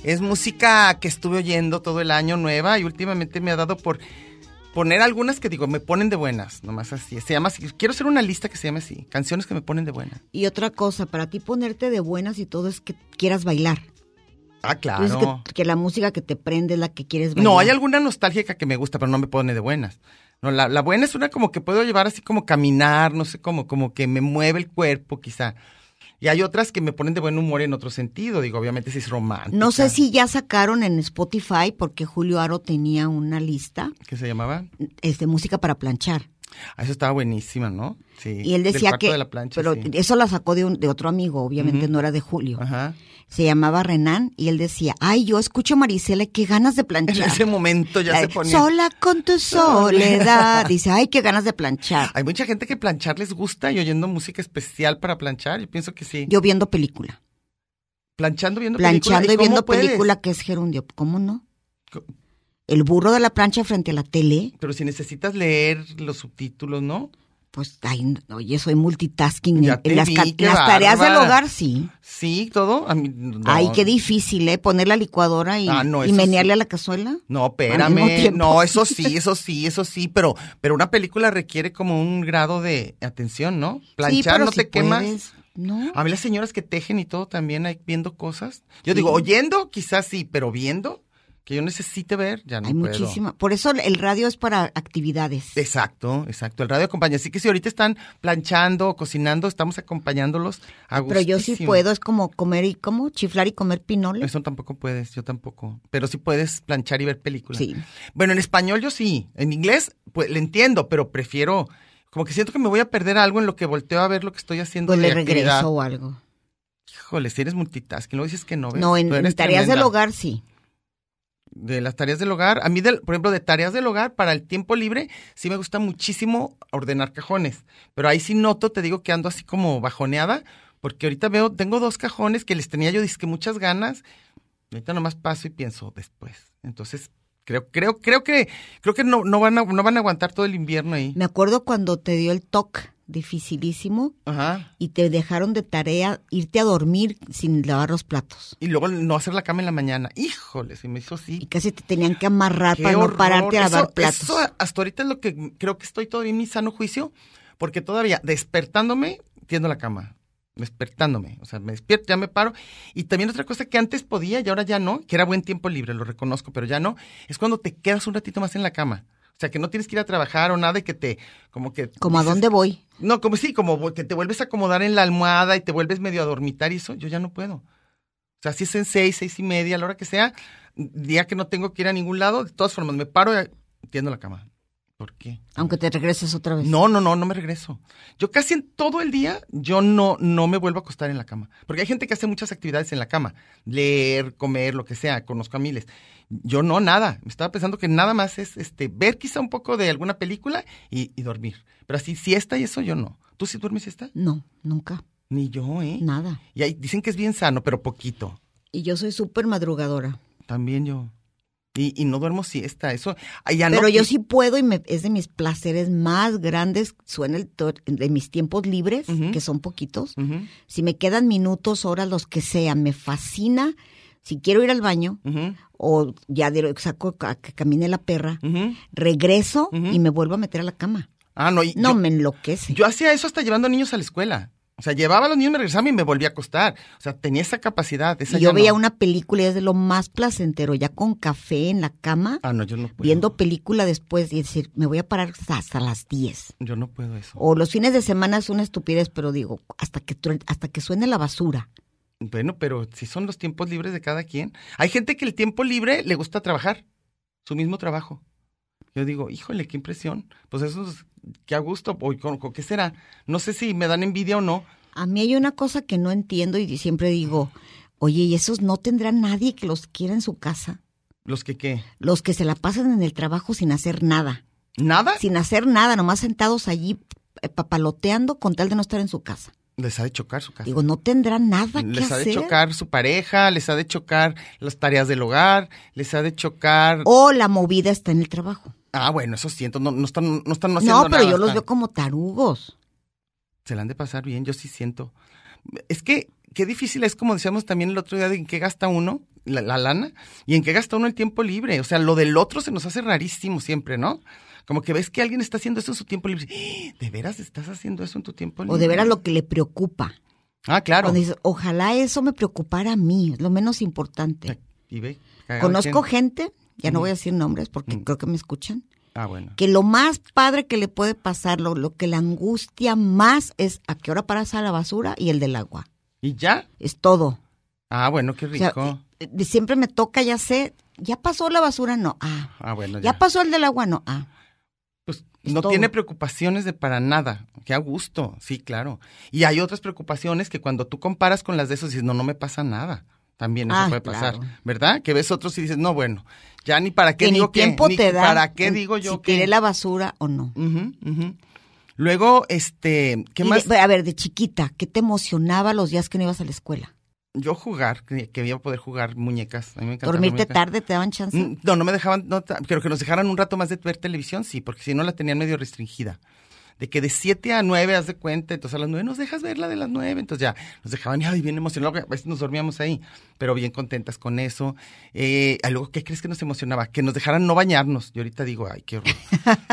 S2: Es música que estuve oyendo todo el año nueva y últimamente me ha dado por poner algunas que digo, me ponen de buenas, nomás así. Se llama así. Quiero hacer una lista que se llame así, canciones que me ponen de buena.
S3: Y otra cosa, para ti ponerte de buenas y todo es que quieras bailar.
S2: Ah,
S3: Tú dices
S2: claro.
S3: Pues que, que la música que te prende es la que quieres bailar.
S2: No, hay alguna nostálgica que me gusta, pero no me pone de buenas. No, la, la buena es una como que puedo llevar así como caminar, no sé, como, como que me mueve el cuerpo quizá. Y hay otras que me ponen de buen humor en otro sentido, digo, obviamente si es romántica.
S3: No sé si ya sacaron en Spotify, porque Julio Aro tenía una lista
S2: ¿Qué se llamaba?
S3: es de música para planchar.
S2: Ah, eso estaba buenísima, ¿no? Sí.
S3: Y él
S2: del
S3: decía
S2: cuarto
S3: que...
S2: de la plancha,
S3: pero
S2: sí.
S3: eso la sacó de, un- de otro amigo, obviamente no era de Julio.
S2: Ajá.
S3: Se llamaba Renan y él decía, ay, yo escucho a Marisela y qué ganas de
S2: En
S3: planchar.
S2: ese momento ya
S3: La-
S2: se ponía...
S3: Sola con tu soledad. Dice, ay, qué ganas de planchar.
S2: Hay mucha gente que planchar les gusta y oyendo música especial para planchar, yo pienso que sí.
S3: Yo viendo película.
S2: planchando viendo película.
S3: planchando y
S2: ¿cómo
S3: viendo
S2: puedes?
S3: película que es gerundio. ¿Cómo no?
S2: Co-
S3: El burro de la plancha frente a la tele,
S2: Pero si necesitas leer los subtítulos, ¿no?
S3: pues, ay, oye, soy multitasking.
S2: Ya
S3: en-
S2: te
S3: en las,
S2: vi,
S3: ca-
S2: qué
S3: las tareas del
S2: bárbara.
S3: hogar, sí.
S2: Sí, todo. A mí, no.
S3: Ay, qué difícil, ¿eh? Poner la licuadora y,
S2: Ah, no,
S3: y
S2: eso
S3: menearle
S2: sí.
S3: a la cazuela.
S2: No,
S3: Al mismo
S2: espérame.
S3: tiempo.
S2: No, eso sí, eso sí, eso sí, pero, pero una película requiere como un grado de atención, ¿no? Planchar
S3: sí, pero
S2: no
S3: si
S2: te quemas. Ah,
S3: puedes, No.
S2: A mí las señoras que tejen y todo también hay viendo cosas. Yo digo, oyendo, quizás sí, pero viendo, que yo necesite ver, ya no
S3: Hay
S2: puedo. Eh,
S3: muchísima. Por eso el radio es para actividades.
S2: Exacto, exacto. El radio acompaña. Así que si ahorita están planchando, cocinando, estamos acompañándolos a
S3: Pero yo sí
S2: gustísimo.
S3: puedo, es como comer y como chiflar y comer pinoles.
S2: Eso tampoco puedes, yo tampoco. Pero sí puedes planchar y ver películas.
S3: Sí.
S2: Bueno, en español yo sí. En inglés, pues le entiendo, pero prefiero. Como que siento que me voy a perder algo en lo que volteo a ver lo que estoy haciendo.
S3: Pues
S2: de
S3: le regreso
S2: actividad.
S3: o algo.
S2: Híjole, si eres multitasking, luego dices que no ves.
S3: No, en,
S2: Tú
S3: en
S2: eres
S3: tareas del
S2: tremenda.
S3: hogar sí.
S2: De las tareas del hogar. A mí, del, por ejemplo, de tareas del hogar, para el tiempo libre, sí me gusta muchísimo ordenar cajones. Pero ahí sí noto, te digo que ando así como bajoneada, porque ahorita veo, tengo dos cajones que les tenía yo disque muchas ganas. y Ahorita nomás paso y pienso después. Entonces, creo, creo, creo que, creo que no, no van a, no van a aguantar todo el invierno ahí.
S3: Me acuerdo cuando te dio el TOC dificilísimo
S2: Ajá.
S3: y te dejaron de tarea irte a dormir sin lavar los platos.
S2: Y luego no hacer la cama en la mañana. Híjole, se me hizo así.
S3: Y casi te tenían que amarrar
S2: Qué
S3: para
S2: horror.
S3: no pararte a
S2: Eso-
S3: lavar platos.
S2: eso hasta ahorita es lo que creo que estoy todavía en mi sano juicio, porque todavía despertándome, tiendo la cama. Despertándome, o sea, me despierto, ya me paro. Y también otra cosa que antes podía y ahora ya no, que era buen tiempo libre, lo reconozco, pero ya no, es cuando te quedas un ratito más en la cama. O sea, que no tienes que ir a trabajar o nada y que te, como que.
S3: Como a
S2: dices,
S3: dónde voy.
S2: No, como sí, como que te vuelves a acomodar en la almohada y te vuelves medio a dormitar y eso, yo ya no puedo. O sea, si es en seis, seis y media, a la hora que sea, día que no tengo que ir a ningún lado, de todas formas me paro y tiendo la cama. ¿Por qué?
S3: Aunque te regreses otra vez.
S2: No, no, no, no me regreso. Yo casi en todo el día, yo no, no me vuelvo a acostar en la cama. Porque hay gente que hace muchas actividades en la cama. Leer, comer, lo que sea, conozco a miles. Yo no, nada. Me estaba pensando que nada más es este ver quizá un poco de alguna película y, y dormir. Pero así, siesta y eso, yo no. ¿Tú sí duermes siesta?
S3: No, nunca.
S2: Ni yo, ¿eh?
S3: Nada.
S2: Y ahí dicen que es bien sano, pero poquito.
S3: Y yo soy súper madrugadora.
S2: También yo. Y, y no duermo siesta, eso. ah, ya no-
S3: Pero yo sí puedo y me- es de mis placeres más grandes. Suena el to- de mis tiempos libres,
S2: Ujú.
S3: que son poquitos.
S2: Ujú,
S3: Si me quedan minutos, horas, los que sea, me fascina. Si quiero ir al baño
S2: ujú,
S3: o ya de- saco a que camine la perra,
S2: ujú.
S3: regreso
S2: Ujú.
S3: y me vuelvo a meter a la cama.
S2: Ah, no, y
S3: No
S2: yo,
S3: me enloquece.
S2: yo hacía eso hasta llevando niños a la escuela. O sea, llevaba a los niños, me regresaba y me volvía a acostar. O sea, tenía esa capacidad. Esa
S3: Y yo
S2: ya no.
S3: veía una película y es de lo más placentero, ya con café en la cama,
S2: Ah, no, yo no puedo.
S3: viendo película después y decir, me voy a parar hasta, hasta las 10.
S2: Yo no puedo eso.
S3: O los fines de semana es una estupidez, pero digo, hasta que, tru- hasta que suene la basura.
S2: Bueno, pero si son los tiempos libres de cada quien. Hay gente que el tiempo libre le gusta trabajar, su mismo trabajo. Yo digo, híjole, qué impresión. Pues eso es, qué a gusto. O, con- con- ¿Qué será? No sé si me dan envidia o no.
S3: A mí hay una cosa que no entiendo y siempre digo, oye, ¿y esos no tendrá nadie que los quiera en su casa?
S2: Los que qué.
S3: Los que se la pasan en el trabajo sin hacer nada.
S2: ¿Nada?
S3: Sin hacer nada, nomás sentados allí eh, papaloteando con tal de no estar en su casa.
S2: Les ha de chocar su casa.
S3: Digo, no tendrá nada que
S2: les ha
S3: hacer.
S2: de chocar su pareja, les ha de chocar las tareas del hogar, les ha de chocar.
S3: O la movida está en el trabajo.
S2: Ah, bueno, eso siento, no, no están, no están
S3: No,
S2: haciendo
S3: pero
S2: nada,
S3: yo los
S2: están-
S3: veo como tarugos.
S2: Se la han de pasar bien, yo sí siento. Es que qué difícil es, como decíamos también el otro día, de en qué gasta uno la, la lana y en qué gasta uno el tiempo libre. O sea, lo del otro se nos hace rarísimo siempre, ¿no? Como que ves que alguien está haciendo eso en su tiempo libre. ¡Ah! ¿De veras estás haciendo eso en tu tiempo libre?
S3: O de veras lo que le preocupa.
S2: Ah, Mm. claro.
S3: Cuando dices, ojalá eso me preocupara a mí, es lo menos importante.
S2: Y ve, cada
S3: Conozco
S2: quien.
S3: gente, ya
S2: Mm.
S3: no voy a decir nombres porque creo que me escuchan,
S2: Ah, bueno.
S3: que lo más padre que le puede pasar, lo, lo que la angustia más es a qué hora paras a la basura y el del agua.
S2: ¿Y ya?
S3: Es todo.
S2: Ah, bueno, qué
S3: O sea,
S2: rico.
S3: eh, eh, siempre me toca, ya sé, ya pasó la basura, no. Ah,
S2: Ah, bueno, ya.
S3: ya pasó el del agua, no. Ah,
S2: Pues
S3: Es
S2: no
S3: todo.
S2: tiene preocupaciones de para nada. Qué a gusto, sí, claro. Y hay otras preocupaciones que cuando tú comparas con las de esos dices, no, no me pasa nada. También eso
S3: Ah,
S2: puede pasar,
S3: claro.
S2: ¿verdad? Que ves otros y dices, no, bueno, ya ni para qué
S3: que ni
S2: digo que,
S3: tiempo
S2: ni
S3: te da.
S2: para qué
S3: en
S2: digo yo
S3: si
S2: que.
S3: tiré la basura o no.
S2: Ujú, ujú. Luego, este, ¿qué
S3: Y de-
S2: más?
S3: a ver, de chiquita, ¿qué te emocionaba los días que no ibas a la escuela?
S2: yo jugar, que, que iba a poder jugar muñecas. A mí me encantaba
S3: Dormirte
S2: muñecas.
S3: tarde, ¿te daban chance?
S2: Mm, No, no me dejaban, no, ta- pero que nos dejaran un rato más de ver televisión, sí, porque si no la tenían medio restringida. De que de 7 a 9, haz de cuenta, entonces a las 9 nos dejas ver la de las 9, entonces ya nos dejaban, ay, bien emocionados, a veces nos dormíamos ahí, pero bien contentas con eso. Eh, ah, luego, ¿qué crees que nos emocionaba? Que nos dejaran no bañarnos. Yo ahorita digo, ay, qué horror.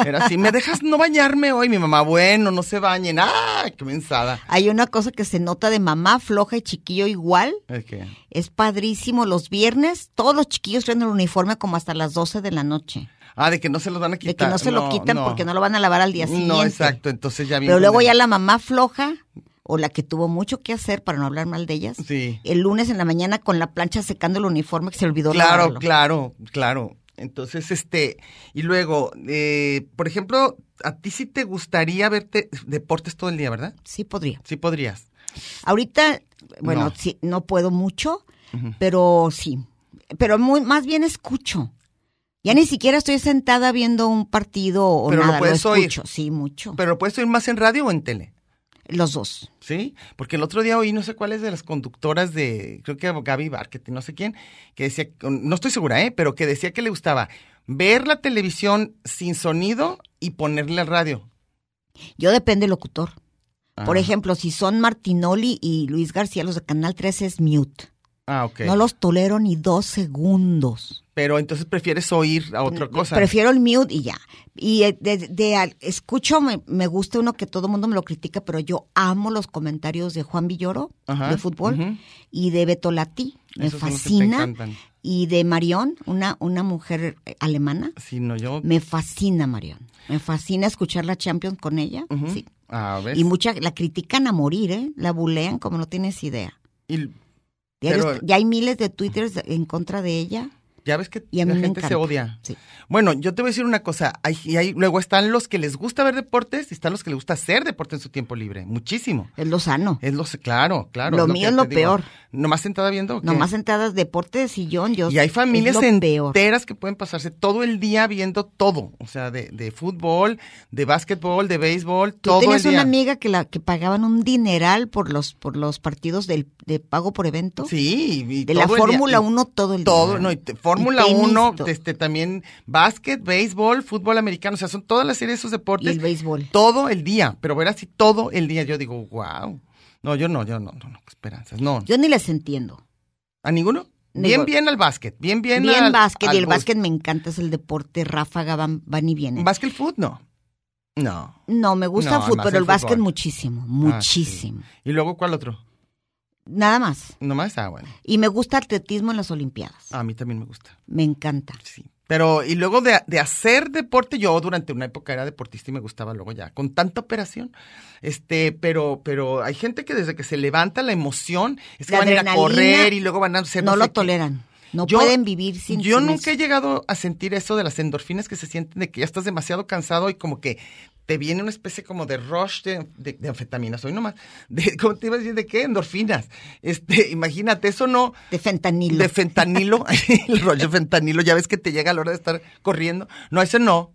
S2: Era así, ¿me dejas no bañarme hoy? Mi mamá, bueno, no se bañen, ¡ah! ¡Qué mensada!
S3: Hay una cosa que se nota de mamá floja y chiquillo igual.
S2: Es que-
S3: Es padrísimo. Los viernes todos los chiquillos traen el uniforme como hasta las 12 de la noche.
S2: Ah, de que no se los van a
S3: De
S2: quitar.
S3: que no se lo quitan porque no lo van a lavar al día siguiente.
S2: No, exacto, entonces ya bien
S3: Pero luego ya
S2: condenado.
S3: la mamá floja o la que tuvo mucho que hacer para no hablar mal de ellas.
S2: Sí.
S3: El lunes en la mañana con la plancha secando el uniforme que se olvidó
S2: Claro,
S3: lavarlo.
S2: claro, claro. Entonces, este, y luego, eh, por ejemplo, a ti sí te gustaría verte deportes todo el día, ¿verdad?
S3: Sí podría.
S2: Sí podrías.
S3: Ahorita, bueno,
S2: No.
S3: sí, no puedo mucho, pero sí. Pero muy, más bien escucho. Ya ni siquiera estoy sentada viendo un partido o
S2: Pero lo
S3: nada.
S2: puedes oír.
S3: escucho, sí, mucho.
S2: Pero lo puedes oír más en radio o en tele,
S3: Los dos.
S2: ¿sí? Porque el otro día oí no sé cuáles de las conductoras de, creo que Gaby Barquet, no sé quién, que decía, no estoy segura, ¿eh? Pero que decía que le gustaba ver la televisión sin sonido y ponerle al radio.
S3: Yo depende del locutor. Por
S2: Ah,
S3: ejemplo, si son Martinoli y Luis García, los de Canal 13 es mute.
S2: Ah, ok.
S3: No los tolero ni dos segundos.
S2: Pero entonces prefieres oír a otra cosa.
S3: Prefiero el mute y ya. Y eh, de, de al- escucho, me, me gusta uno que todo el mundo me lo critica, pero yo amo los comentarios de Juan Villoro
S2: Ajá,
S3: de fútbol
S2: ujú.
S3: y de Beto Lati, me
S2: Esos son los que te
S3: fascina.
S2: encantan.
S3: Y de Marión, una, una mujer eh, alemana.
S2: Sí, no, yo...
S3: Me fascina Marión. Me fascina escuchar la Champions con ella.
S2: Ujú.
S3: sí.
S2: Ah, ¿ves?
S3: Y mucha, la critican a morir, ¿eh? La bulean como no tienes idea.
S2: Y
S3: Diario
S2: Pero-
S3: est- ya hay miles de twitters de- en contra de ella
S2: ya ves que
S3: y a mí
S2: la
S3: me
S2: gente se
S3: encanta.
S2: odia.
S3: Sí.
S2: Bueno, yo te voy a decir una cosa. Hay, y hay- luego están los que les gusta ver deportes y están los que les gusta hacer deporte en su tiempo libre. Muchísimo.
S3: Es lo sano.
S2: Es los, claro, claro.
S3: Lo
S2: que
S3: mío es
S2: te
S3: lo
S2: digo.
S3: peor.
S2: ¿Nomás sentada viendo? o qué?
S3: Nomás sentadas, deporte de sillón. Yo,
S2: Y hay familias
S3: es lo peor.
S2: enteras que pueden pasarse todo el día viendo todo. O sea, de, de fútbol, de básquetbol, de béisbol,
S3: Tú
S2: todo el
S3: tenías
S2: día.
S3: una amiga que la que pagaban un dineral por los por los partidos del, de pago por evento.
S2: Sí, y
S3: de la
S2: todo el día.
S3: Fórmula
S2: Y
S3: 1 todo el
S2: todo,
S3: día.
S2: no, y te- Fórmula
S3: Pues Y tenis,
S2: 1,
S3: todo.
S2: este, también básquet, béisbol, fútbol americano, o sea, son todas las series de esos
S3: y
S2: deportes.
S3: el béisbol.
S2: todo el día, pero ver así todo el día, yo digo, wow. No, yo no, yo no, no, no, qué esperanzas, no.
S3: Yo ni les entiendo.
S2: ¿A ninguno? Bien,
S3: Digo-
S2: bien al básquet, bien, bien,
S3: Bien
S2: al
S3: básquet,
S2: al
S3: y el
S2: bus-
S3: básquet me encanta, es el deporte ráfaga, van, van y vienen.
S2: Básquet food, no. No.
S3: no, me gusta
S2: No,
S3: el fútbol,
S2: más
S3: pero
S2: el
S3: el básquet
S2: fútbol.
S3: muchísimo,
S2: Ah,
S3: muchísimo.
S2: sí. ¿Y luego cuál otro?
S3: Nada más.
S2: Nomás, ah, bueno.
S3: Y me gusta atletismo en las Olimpiadas.
S2: A mí también me gusta,
S3: Me encanta.
S2: Ah. sí. Pero, y luego de, de hacer deporte, yo durante una época era deportista y me gustaba luego ya, con tanta operación. Este, pero, pero hay gente que desde que se levanta la emoción, es que
S3: La
S2: van a ir a
S3: adrenalina,
S2: correr y luego van a hacer
S3: No
S2: sé
S3: lo
S2: qué.
S3: toleran. No
S2: Yo-
S3: pueden vivir sin
S2: Yo
S3: sin
S2: nunca he
S3: eso.
S2: llegado a sentir eso de las endorfinas que se sienten, de que ya estás demasiado cansado y como que te viene una especie como de rush de, de, de anfetaminas, hoy nomás. De, ¿Cómo te iba a decir? ¿De qué? Endorfinas. Este, imagínate, eso no...
S3: De fentanilo.
S2: De fentanilo, el rollo fentanilo, ya ves que te llega a la hora de estar corriendo. No, ese no.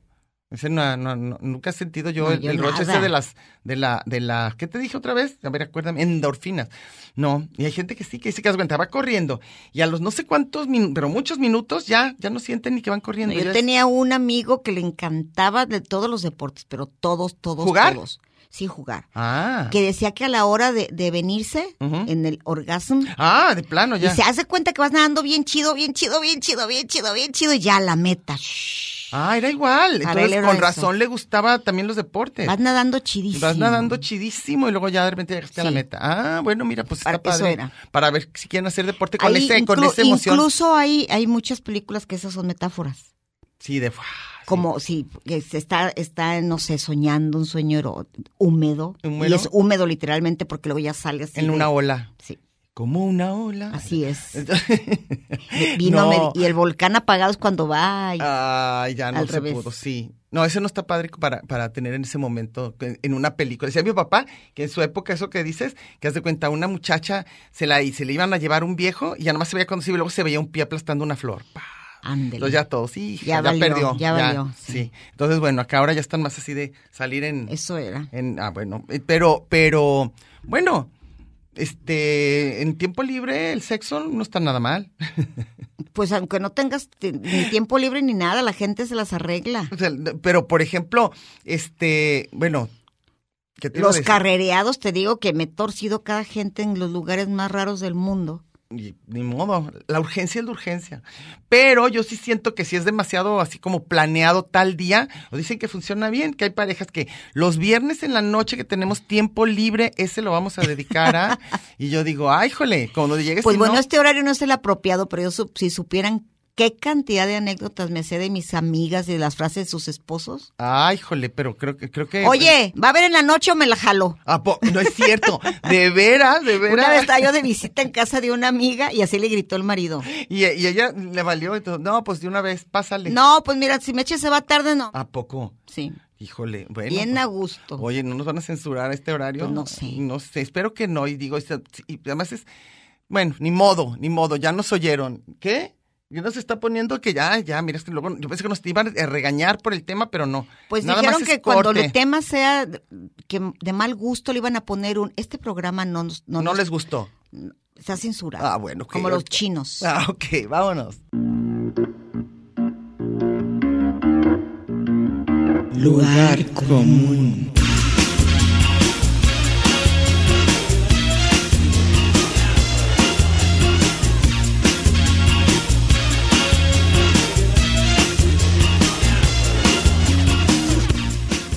S2: Ese no, no, no, nunca he sentido yo
S3: No,
S2: el,
S3: yo
S2: el rollo
S3: nada.
S2: ese de las, de la, de la, ¿qué te dije otra vez? A ver, acuérdame, endorfinas. No, y hay gente que sí, que dice que haz cuenta, va corriendo. Y a los no sé cuántos minutos, pero muchos minutos ya, ya no sienten ni que van corriendo.
S3: yo
S2: ya es-
S3: tenía un amigo que le encantaba de todos los deportes, pero todos, todos,
S2: ¿Jugar?
S3: todos. Sí, jugar.
S2: Ah,
S3: Que decía que a la hora de, de venirse,
S2: Ujú.
S3: en el orgasmo,
S2: ah, de plano
S3: y
S2: ya.
S3: se hace cuenta que vas nadando bien chido, bien chido, bien chido, bien chido, bien chido, y ya la meta. shh.
S2: Ah, era igual.
S3: Para él
S2: Entonces,
S3: era
S2: con
S3: eso.
S2: razón le gustaba también los deportes.
S3: Vas nadando chidísimo.
S2: Vas nadando chidísimo y luego ya de repente llegaste a la
S3: Sí.
S2: meta. Ah, bueno, mira, pues
S3: Para-
S2: está padre.
S3: eso era.
S2: Para ver si quieren hacer deporte con,
S3: Ahí
S2: ese, con
S3: inclu-
S2: esa emoción.
S3: Incluso hay, hay muchas películas que esas son metáforas.
S2: Sí, de ¡fua!
S3: como si que se está, está, no sé, soñando un sueño ero- húmedo.
S2: ¿Húmedo?
S3: Y es húmedo literalmente porque luego ya sale así.
S2: en
S3: de-
S2: una ola.
S3: Sí,
S2: Como una ola.
S3: así es.
S2: Entonces-
S3: Vino
S2: No. Ah,
S3: a med- y el volcán apagado es cuando va. y-
S2: Ay, ya no
S3: Al
S2: se
S3: revés.
S2: pudo, sí. No, eso no está padre para, para tener en ese momento, en en una película. Decía mi papá que en su época, eso que dices, que haz de cuenta, una muchacha se la, y se le iban a llevar un viejo y ya nomás se veía cuando se iba y luego se veía un pie aplastando una flor. ¡Pah!
S3: ándele.
S2: Entonces ya todos, sí,
S3: Ya
S2: ya,
S3: valió,
S2: perdió.
S3: ya valió, sí.
S2: Sí. Entonces, bueno, acá ahora ya están más así de salir en.
S3: Eso era.
S2: en- ah, bueno. eh, Pero, pero, bueno, este, en tiempo libre el sexo no está nada mal.
S3: Pues aunque no tengas ti- ni tiempo libre ni nada, la gente se las arregla.
S2: O sea, pero, por ejemplo, este, bueno, ¿qué te iba a
S3: Los
S2: decir?
S3: carrereados, te digo que me he torcido cada gente en los lugares más raros del mundo.
S2: Y ni modo, la urgencia es la urgencia. Pero yo sí siento que si es demasiado así como planeado tal día, o dicen que funciona bien, que hay parejas que los viernes en la noche que tenemos tiempo libre, ese lo vamos a dedicar a. y yo digo, ay, jole, cuando llegues.
S3: Pues
S2: si
S3: bueno,
S2: no,
S3: este horario no es el apropiado, pero yo sup- si supieran qué cantidad de anécdotas me sé de mis amigas y de las frases de sus esposos.
S2: Ay, jole, Ah, pero creo que. Creo que pues,
S3: Oye, ¿va a haber en la noche o me la jaló?
S2: ¿A po- no es cierto. De veras, de veras.
S3: Una vez estaba yo de visita en casa de una amiga y así le gritó el marido.
S2: Y, y ella le valió. Entonces, no, pues de una vez, pásale.
S3: No, pues mira, si Meche se va tarde, no.
S2: ¿A poco?
S3: Sí,
S2: Híjole, bueno.
S3: bien
S2: Ah, pues,
S3: a gusto.
S2: Oye, ¿no nos van a censurar a este horario?
S3: Pues no sé.
S2: No sé, espero que no. Y digo, y se- y además es, bueno, ni modo, ni modo, ya nos oyeron. ¿Qué? Ya nos está poniendo que ya, ya, mira, es que luego, yo pensé que nos iban a regañar por el tema, pero no.
S3: Pues
S2: Nada
S3: dijeron
S2: más es
S3: que cuando
S2: corte.
S3: el tema sea de- que de mal gusto le iban a poner un este programa no nos- no,
S2: No,
S3: nos-
S2: les gustó.
S3: está censurado.
S2: Ah, bueno, ok,
S3: como los
S2: ahorita.
S3: chinos.
S2: Ah, ok, vámonos.
S5: Lugar común.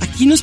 S5: Aquí nos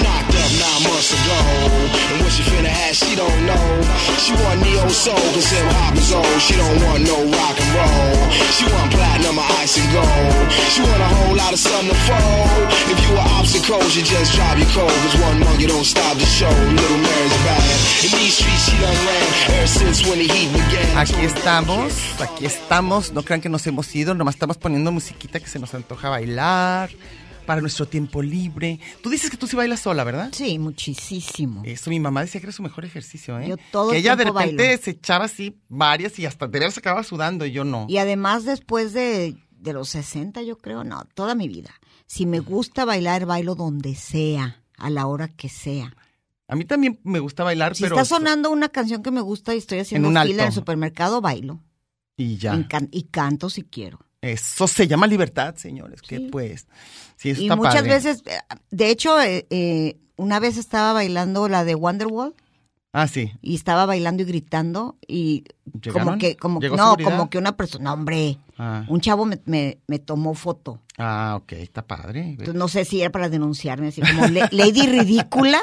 S7: Knocked up nine months ago. And what she finna have, she don't know. She want neo soul, cause hip hop is old. She don't want no rock and roll. She want platinum or ice and gold. She want a whole lot of something to fold. If you were obstacles, you just drop your cold. Cause one monkey don't stop the show. Little Mary's bad. In these streets, she done ran ever since when the heat began.
S2: Aquí estamos, aquí estamos. No crean que nos hemos ido, nomás estamos poniendo musiquita que se nos antoja bailar para nuestro tiempo libre. Tú dices que tú sí bailas sola, ¿verdad?
S3: Sí, muchísimo.
S2: Eso, mi mamá decía que era su mejor ejercicio, ¿eh?
S3: Yo todo
S2: que
S3: el
S2: ella de
S3: tiempo
S2: repente
S3: bailo.
S2: se echaba así varias y hasta de veras acababa sudando y yo no.
S3: Y además después de, de los 60, yo creo, no, toda mi vida. Si me gusta bailar, bailo donde sea, a la hora que sea.
S2: A mí también me gusta bailar,
S3: Si
S2: Ah, pero...
S3: está sonando una canción que me gusta y estoy haciendo
S2: un
S3: fila
S2: alto.
S3: en el supermercado, bailo.
S2: Y ya.
S3: Me encan- y canto si quiero.
S2: Eso se llama libertad, señores. Que pues... Sí, eso
S3: Y
S2: está
S3: muchas
S2: padre.
S3: veces, eh, de hecho, eh, eh, una vez estaba bailando la de Wonderwall
S2: Ah, sí.
S3: y estaba bailando y gritando y
S2: ¿Llegaron?
S3: como que, como
S2: ¿Llegó
S3: no,
S2: seguridad?
S3: como que una persona, hombre,
S2: Ah,
S3: un chavo me, me- me tomó foto.
S2: ah, ok, está padre.
S3: Entonces, no sé si era para denunciarme, así como "Le- Lady Ridícula.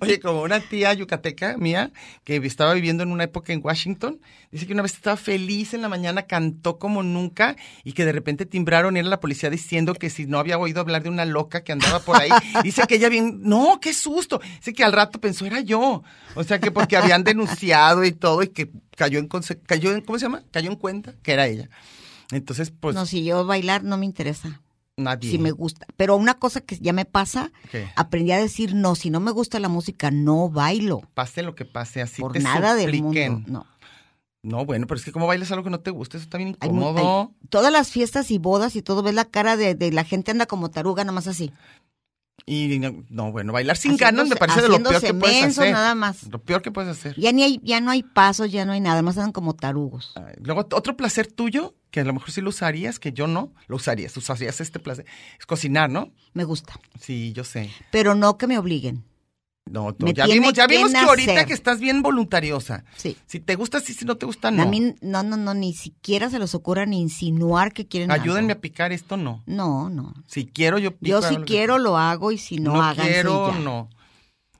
S2: Oye, como una tía yucateca mía que estaba viviendo en una época en Washington, dice que una vez estaba feliz en la mañana, cantó como nunca y que de repente timbraron y era la policía diciendo que si no había oído hablar de una loca que andaba por ahí. Dice que ella bien, no, qué susto. Dice que al rato pensó era yo. O sea que porque habían denunciado y todo y que cayó en, conse- cayó en ¿cómo se llama? Cayó en cuenta que era ella. Entonces, pues
S3: no, si yo bailar no me interesa,
S2: nadie.
S3: si me gusta. Pero una cosa que ya me pasa,
S2: ¿Qué?
S3: aprendí a decir no, si no me gusta la música, no bailo.
S2: Pase lo que pase, así
S3: por
S2: te
S3: nada del
S2: supliquen.
S3: mundo. No.
S2: No, bueno, pero es que como bailas algo que no te gusta, eso está bien
S3: Hay mu-
S2: incómodo.
S3: hay- todas las fiestas y bodas y todo, ves la cara de, de la gente anda como taruga, nomás así.
S2: Y no, no, bueno, bailar sin
S3: Haciéndose-
S2: ganas me parece de lo peor que
S3: haciéndose
S2: puedes
S3: menso,
S2: hacer.
S3: nada más.
S2: Lo peor que puedes hacer.
S3: Ya, ni hay, ya no hay pasos, ya no hay nada, más andan como tarugos.
S2: Ay, Luego, t- otro placer tuyo, que a lo mejor sí lo usarías, que yo no, lo usarías, usarías este placer, es cocinar, ¿no?
S3: Me gusta.
S2: Sí, yo sé.
S3: Pero no que me obliguen.
S2: No, no,
S3: Me
S2: ya
S3: tiene
S2: vimos, ya
S3: que
S2: vimos que ahorita
S3: nacer.
S2: que estás bien voluntariosa.
S3: Sí.
S2: Si te gusta, sí, si no te gusta, no.
S3: A mí, no, no, no, ni siquiera se les ocurra ni insinuar que quieren algo.
S2: Ayúdenme a picar esto, no.
S3: No, no.
S2: Si quiero, yo pico.
S3: Yo si
S2: algo.
S3: quiero lo hago y si no,
S2: no
S3: háganse y
S2: quiero,
S3: ya.
S2: no.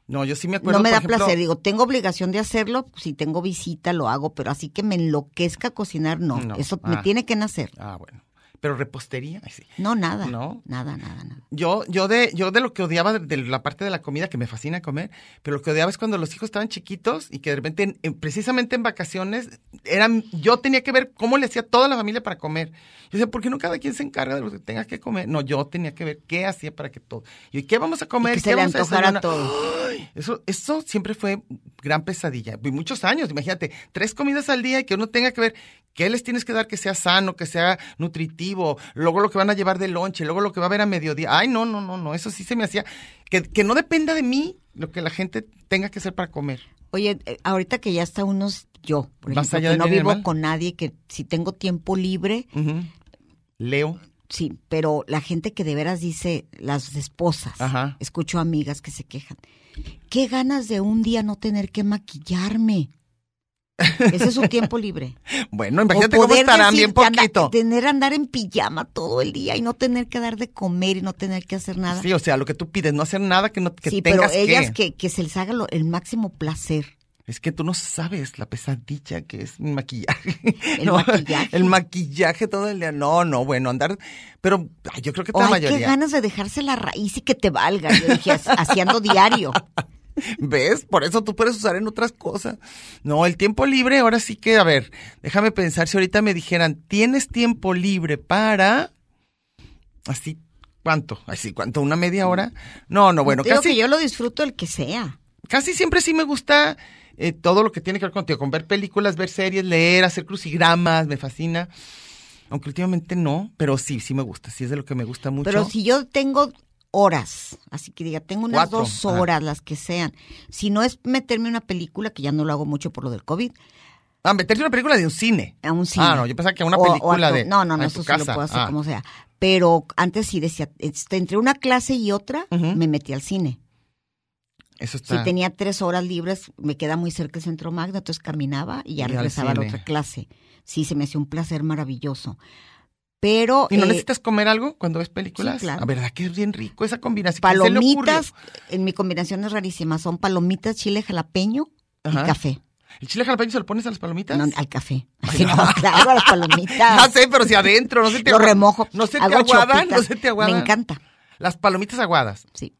S2: No, yo sí me acuerdo.
S3: No me
S2: por
S3: da
S2: ejemplo,
S3: placer, digo, tengo obligación de hacerlo, si tengo visita lo hago, pero así que me enloquezca cocinar, no,
S2: No,
S3: eso
S2: ah.
S3: me tiene que nacer.
S2: Ah, bueno. Pero repostería, ay, sí.
S3: No, nada,
S2: No.
S3: nada, nada, nada.
S2: Yo, yo de, yo de lo que odiaba de, de la parte de la comida que me fascina comer, pero lo que odiaba es cuando los hijos estaban chiquitos y que de repente, en- en- precisamente en vacaciones, eran, yo tenía que ver cómo le hacía toda la familia para comer. Yo decía, ¿por qué no cada quien se encarga de lo que tenga que comer? No, yo tenía que ver qué hacía para que todo. Y qué vamos a comer,
S3: Y que
S2: qué
S3: se le
S2: vamos a
S3: antojara
S2: desayunar?
S3: todo.
S2: Eso, eso siempre fue gran pesadilla. Y muchos años, imagínate, tres comidas al día y que uno tenga que ver qué les tienes que dar que sea sano, que sea nutritivo, luego lo que van a llevar de lonche, luego lo que va a haber a mediodía. Ay, no, no, no, no, eso sí se me hacía. Que, que no dependa de mí lo que la gente tenga que hacer para comer.
S3: Oye, eh, ahorita que ya está unos, yo, por
S2: Más
S3: ejemplo,
S2: allá
S3: que
S2: del
S3: no
S2: bien y del
S3: vivo
S2: mal.
S3: con nadie, que si tengo tiempo libre,
S2: Ujú. Leo.
S3: sí, pero la gente que de veras dice, las esposas,
S2: Ajá.
S3: escucho amigas que se quejan, qué ganas de un día no tener que maquillarme. Ese es su tiempo libre.
S2: Bueno,
S3: O
S2: imagínate cómo
S3: poder
S2: estarán
S3: decir
S2: bien
S3: que anda-
S2: poquito.
S3: tener andar en pijama todo el día y no tener que dar de comer y no tener que hacer nada.
S2: Sí, o sea, lo que tú pides, no hacer nada que no que
S3: Sí, pero
S2: tengas
S3: ellas
S2: que.
S3: que, que se les haga lo- el máximo placer.
S2: Es que tú no sabes la pesadilla que es mi maquillaje.
S3: El
S2: No,
S3: maquillaje.
S2: El maquillaje todo el día. No, no, bueno, andar. Pero ay, yo creo que
S3: O
S2: la
S3: hay que
S2: mayoría.
S3: ganas de dejarse la raíz y que te valga. Yo dije, "As- así ando diario.
S2: ¿Ves? Por eso tú puedes usar en otras cosas. No, el tiempo libre, ahora sí que, a ver, déjame pensar si ahorita me dijeran, ¿tienes tiempo libre para. Así, ¿cuánto? Así, ¿cuánto? ¿Una media hora? No, no, bueno,
S3: Digo
S2: casi.
S3: que yo lo disfruto el que sea.
S2: casi siempre sí me gusta eh, todo lo que tiene que ver contigo, con ver películas, ver series, leer, hacer crucigramas, me fascina. Aunque últimamente no, pero sí, sí me gusta, sí es de lo que me gusta mucho.
S3: Pero si yo tengo horas, así que diga, tengo unas
S2: Cuatro,
S3: dos
S2: ajá.
S3: horas, las que sean. Si no es meterme en una película, que ya no lo hago mucho por lo del COVID,
S2: Ah, meterte una película de un cine.
S3: a un cine.
S2: Ah, no, yo pensaba que a una
S3: O- o a
S2: película
S3: tu-
S2: de.
S3: No, no,
S2: ah,
S3: no,
S2: en
S3: eso
S2: tu
S3: sí lo
S2: casa.
S3: puedo hacer
S2: Ah,
S3: como sea. Pero antes sí decía, este, entre una clase y otra,
S2: Ujú.
S3: me metí al cine.
S2: Eso está.
S3: Si tenía tres horas libres, me queda muy cerca el Centro Magna, entonces caminaba y ya
S2: Y al
S3: regresaba a la
S2: cine.
S3: otra clase. Sí, se me hacía un placer maravilloso. Pero
S2: ¿Y no
S3: eh,
S2: necesitas comer algo cuando ves películas?
S3: sí, claro.
S2: La verdad que es bien rico esa combinación. ¿Quién se le ocurrió?
S3: palomitas, en mi combinación es rarísima, son palomitas, chile jalapeño
S2: Ajá.
S3: y café.
S2: ¿El chile jalapeño se lo pones a las palomitas?
S3: No, al café. Sí, no, claro, las palomitas.
S2: Ya sé, pero si adentro, no se te
S3: Lo
S2: agua-
S3: remojo.
S2: No se te
S3: hago
S2: aguadan, no
S3: chopitas.
S2: se te aguadan.
S3: Me encanta,
S2: Las palomitas aguadas.
S3: sí.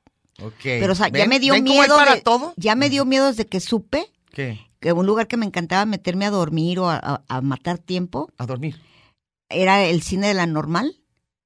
S2: Ok.
S3: Pero o sea, ya
S2: Eh, ¿Ven?
S3: me dio
S2: ¿Ven cómo hay
S3: miedo
S2: para
S3: de-
S2: todo? Mm.
S3: ya me dio miedo desde que supe
S2: ¿Qué?
S3: que un lugar que me encantaba meterme a dormir o a, a- a matar tiempo
S2: A dormir.
S3: era el cine de la normal,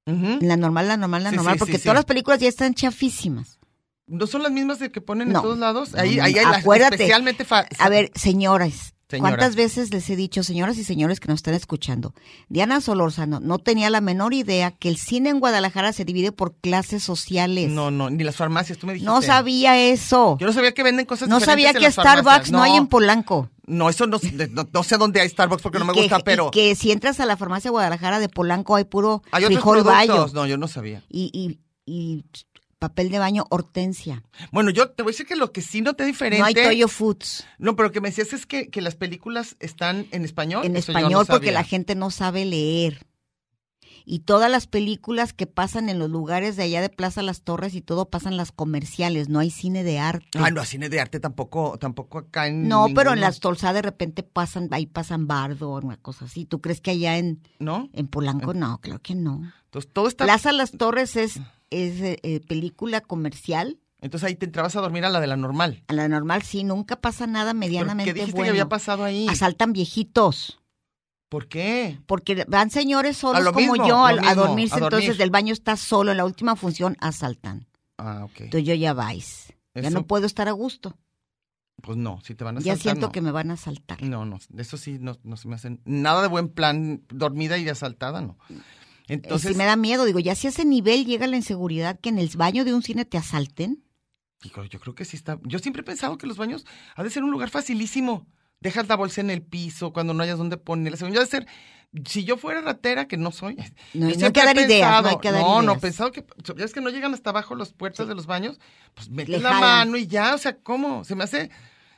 S2: Ujú.
S3: la normal, la normal, la
S2: Sí,
S3: normal,
S2: sí,
S3: porque
S2: sí, sí.
S3: todas las películas ya están chafísimas.
S2: ¿No son las mismas de que ponen
S3: No.
S2: en todos lados?
S3: No,
S2: Ahí,
S3: no,
S2: ahí
S3: no.
S2: hay las
S3: Acuérdate.
S2: especialmente fa-
S3: A ver, señoras,
S2: Señora.
S3: ¿cuántas veces les he dicho, señoras y señores que nos están escuchando? Diana Solórzano no tenía la menor idea que el cine en Guadalajara se divide por clases sociales.
S2: No, no, ni las farmacias, tú me dijiste.
S3: No sabía eso.
S2: Yo no sabía que venden cosas
S3: No
S2: diferentes
S3: sabía
S2: en
S3: que
S2: las
S3: Starbucks
S2: farmacias.
S3: no. hay en Polanco.
S2: No, eso no, no, no sé dónde hay Starbucks porque no
S3: Y
S2: me
S3: que-
S2: gusta,
S3: y
S2: pero
S3: que si entras a la farmacia Guadalajara de Polanco hay puro
S2: hay otros
S3: frijol
S2: productos.
S3: bayo
S2: No, yo no sabía.
S3: y, y- y papel de baño hortensia.
S2: Bueno, yo te voy a decir que lo que sí noté diferente...
S3: No hay Toyo Foods
S2: No, pero lo que me decías es que, que las películas están en español.
S3: en
S2: Eso yo no
S3: español porque
S2: sabía.
S3: la gente no sabe leer. Y todas las películas que pasan en los lugares de allá de Plaza Las Torres y todo pasan las comerciales, no hay cine de arte.
S2: Ah, no, cine de arte tampoco, tampoco acá en...
S3: No, pero en
S2: Mm, ninguno.
S3: las Tolsá de repente pasan, ahí pasan bardo o una cosa así. ¿Tú crees que allá en,
S2: ¿No?
S3: en Polanco?
S2: Eh.
S3: No, claro que no.
S2: Entonces todo está...
S3: Plaza Las Torres es,
S2: Mm.
S3: es eh, eh, película comercial.
S2: Entonces ahí te entrabas a dormir a la de la normal.
S3: A la normal sí, nunca pasa nada
S2: ¿Pero
S3: medianamente
S2: ¿Qué dijiste
S3: bueno.
S2: que había pasado ahí?
S3: Asaltan viejitos.
S2: ¿Por qué?
S3: Porque van señores solos
S2: A lo
S3: como
S2: mismo,
S3: yo
S2: lo
S3: a, a
S2: mismo,
S3: dormirse,
S2: a dormir.
S3: entonces del baño está solo, en la última función asaltan.
S2: Ah, ok.
S3: Entonces yo ya vais. Ya
S2: Eso-
S3: no puedo estar a gusto.
S2: Pues no, si te van a
S3: Ya
S2: saltar,
S3: siento
S2: no.
S3: que me van a asaltar. Eh,
S2: No, no, eso sí, no, no se me hacen nada de buen plan, dormida y asaltada, no.
S3: Eh,
S2: Entonces,
S3: sí me da miedo, digo, ya si a ese nivel llega la inseguridad que en el baño de un cine te asalten.
S2: hijo, yo creo que sí está. Yo siempre he pensado que los baños ha de ser un lugar facilísimo. Dejas la bolsa en el piso cuando no hayas dónde ponerla. Según yo, de ser, si yo fuera ratera, que no soy.
S3: No,
S2: yo
S3: no hay
S2: siempre
S3: que
S2: he
S3: dar ideas, no hay
S2: pensado-
S3: que dar
S2: No, no,
S3: ideas.
S2: pensado que. Ya es que no llegan hasta abajo las puertas de los baños, pues metes
S3: Le
S2: la
S3: jalan.
S2: mano y ya, o sea, ¿cómo? Se me hace.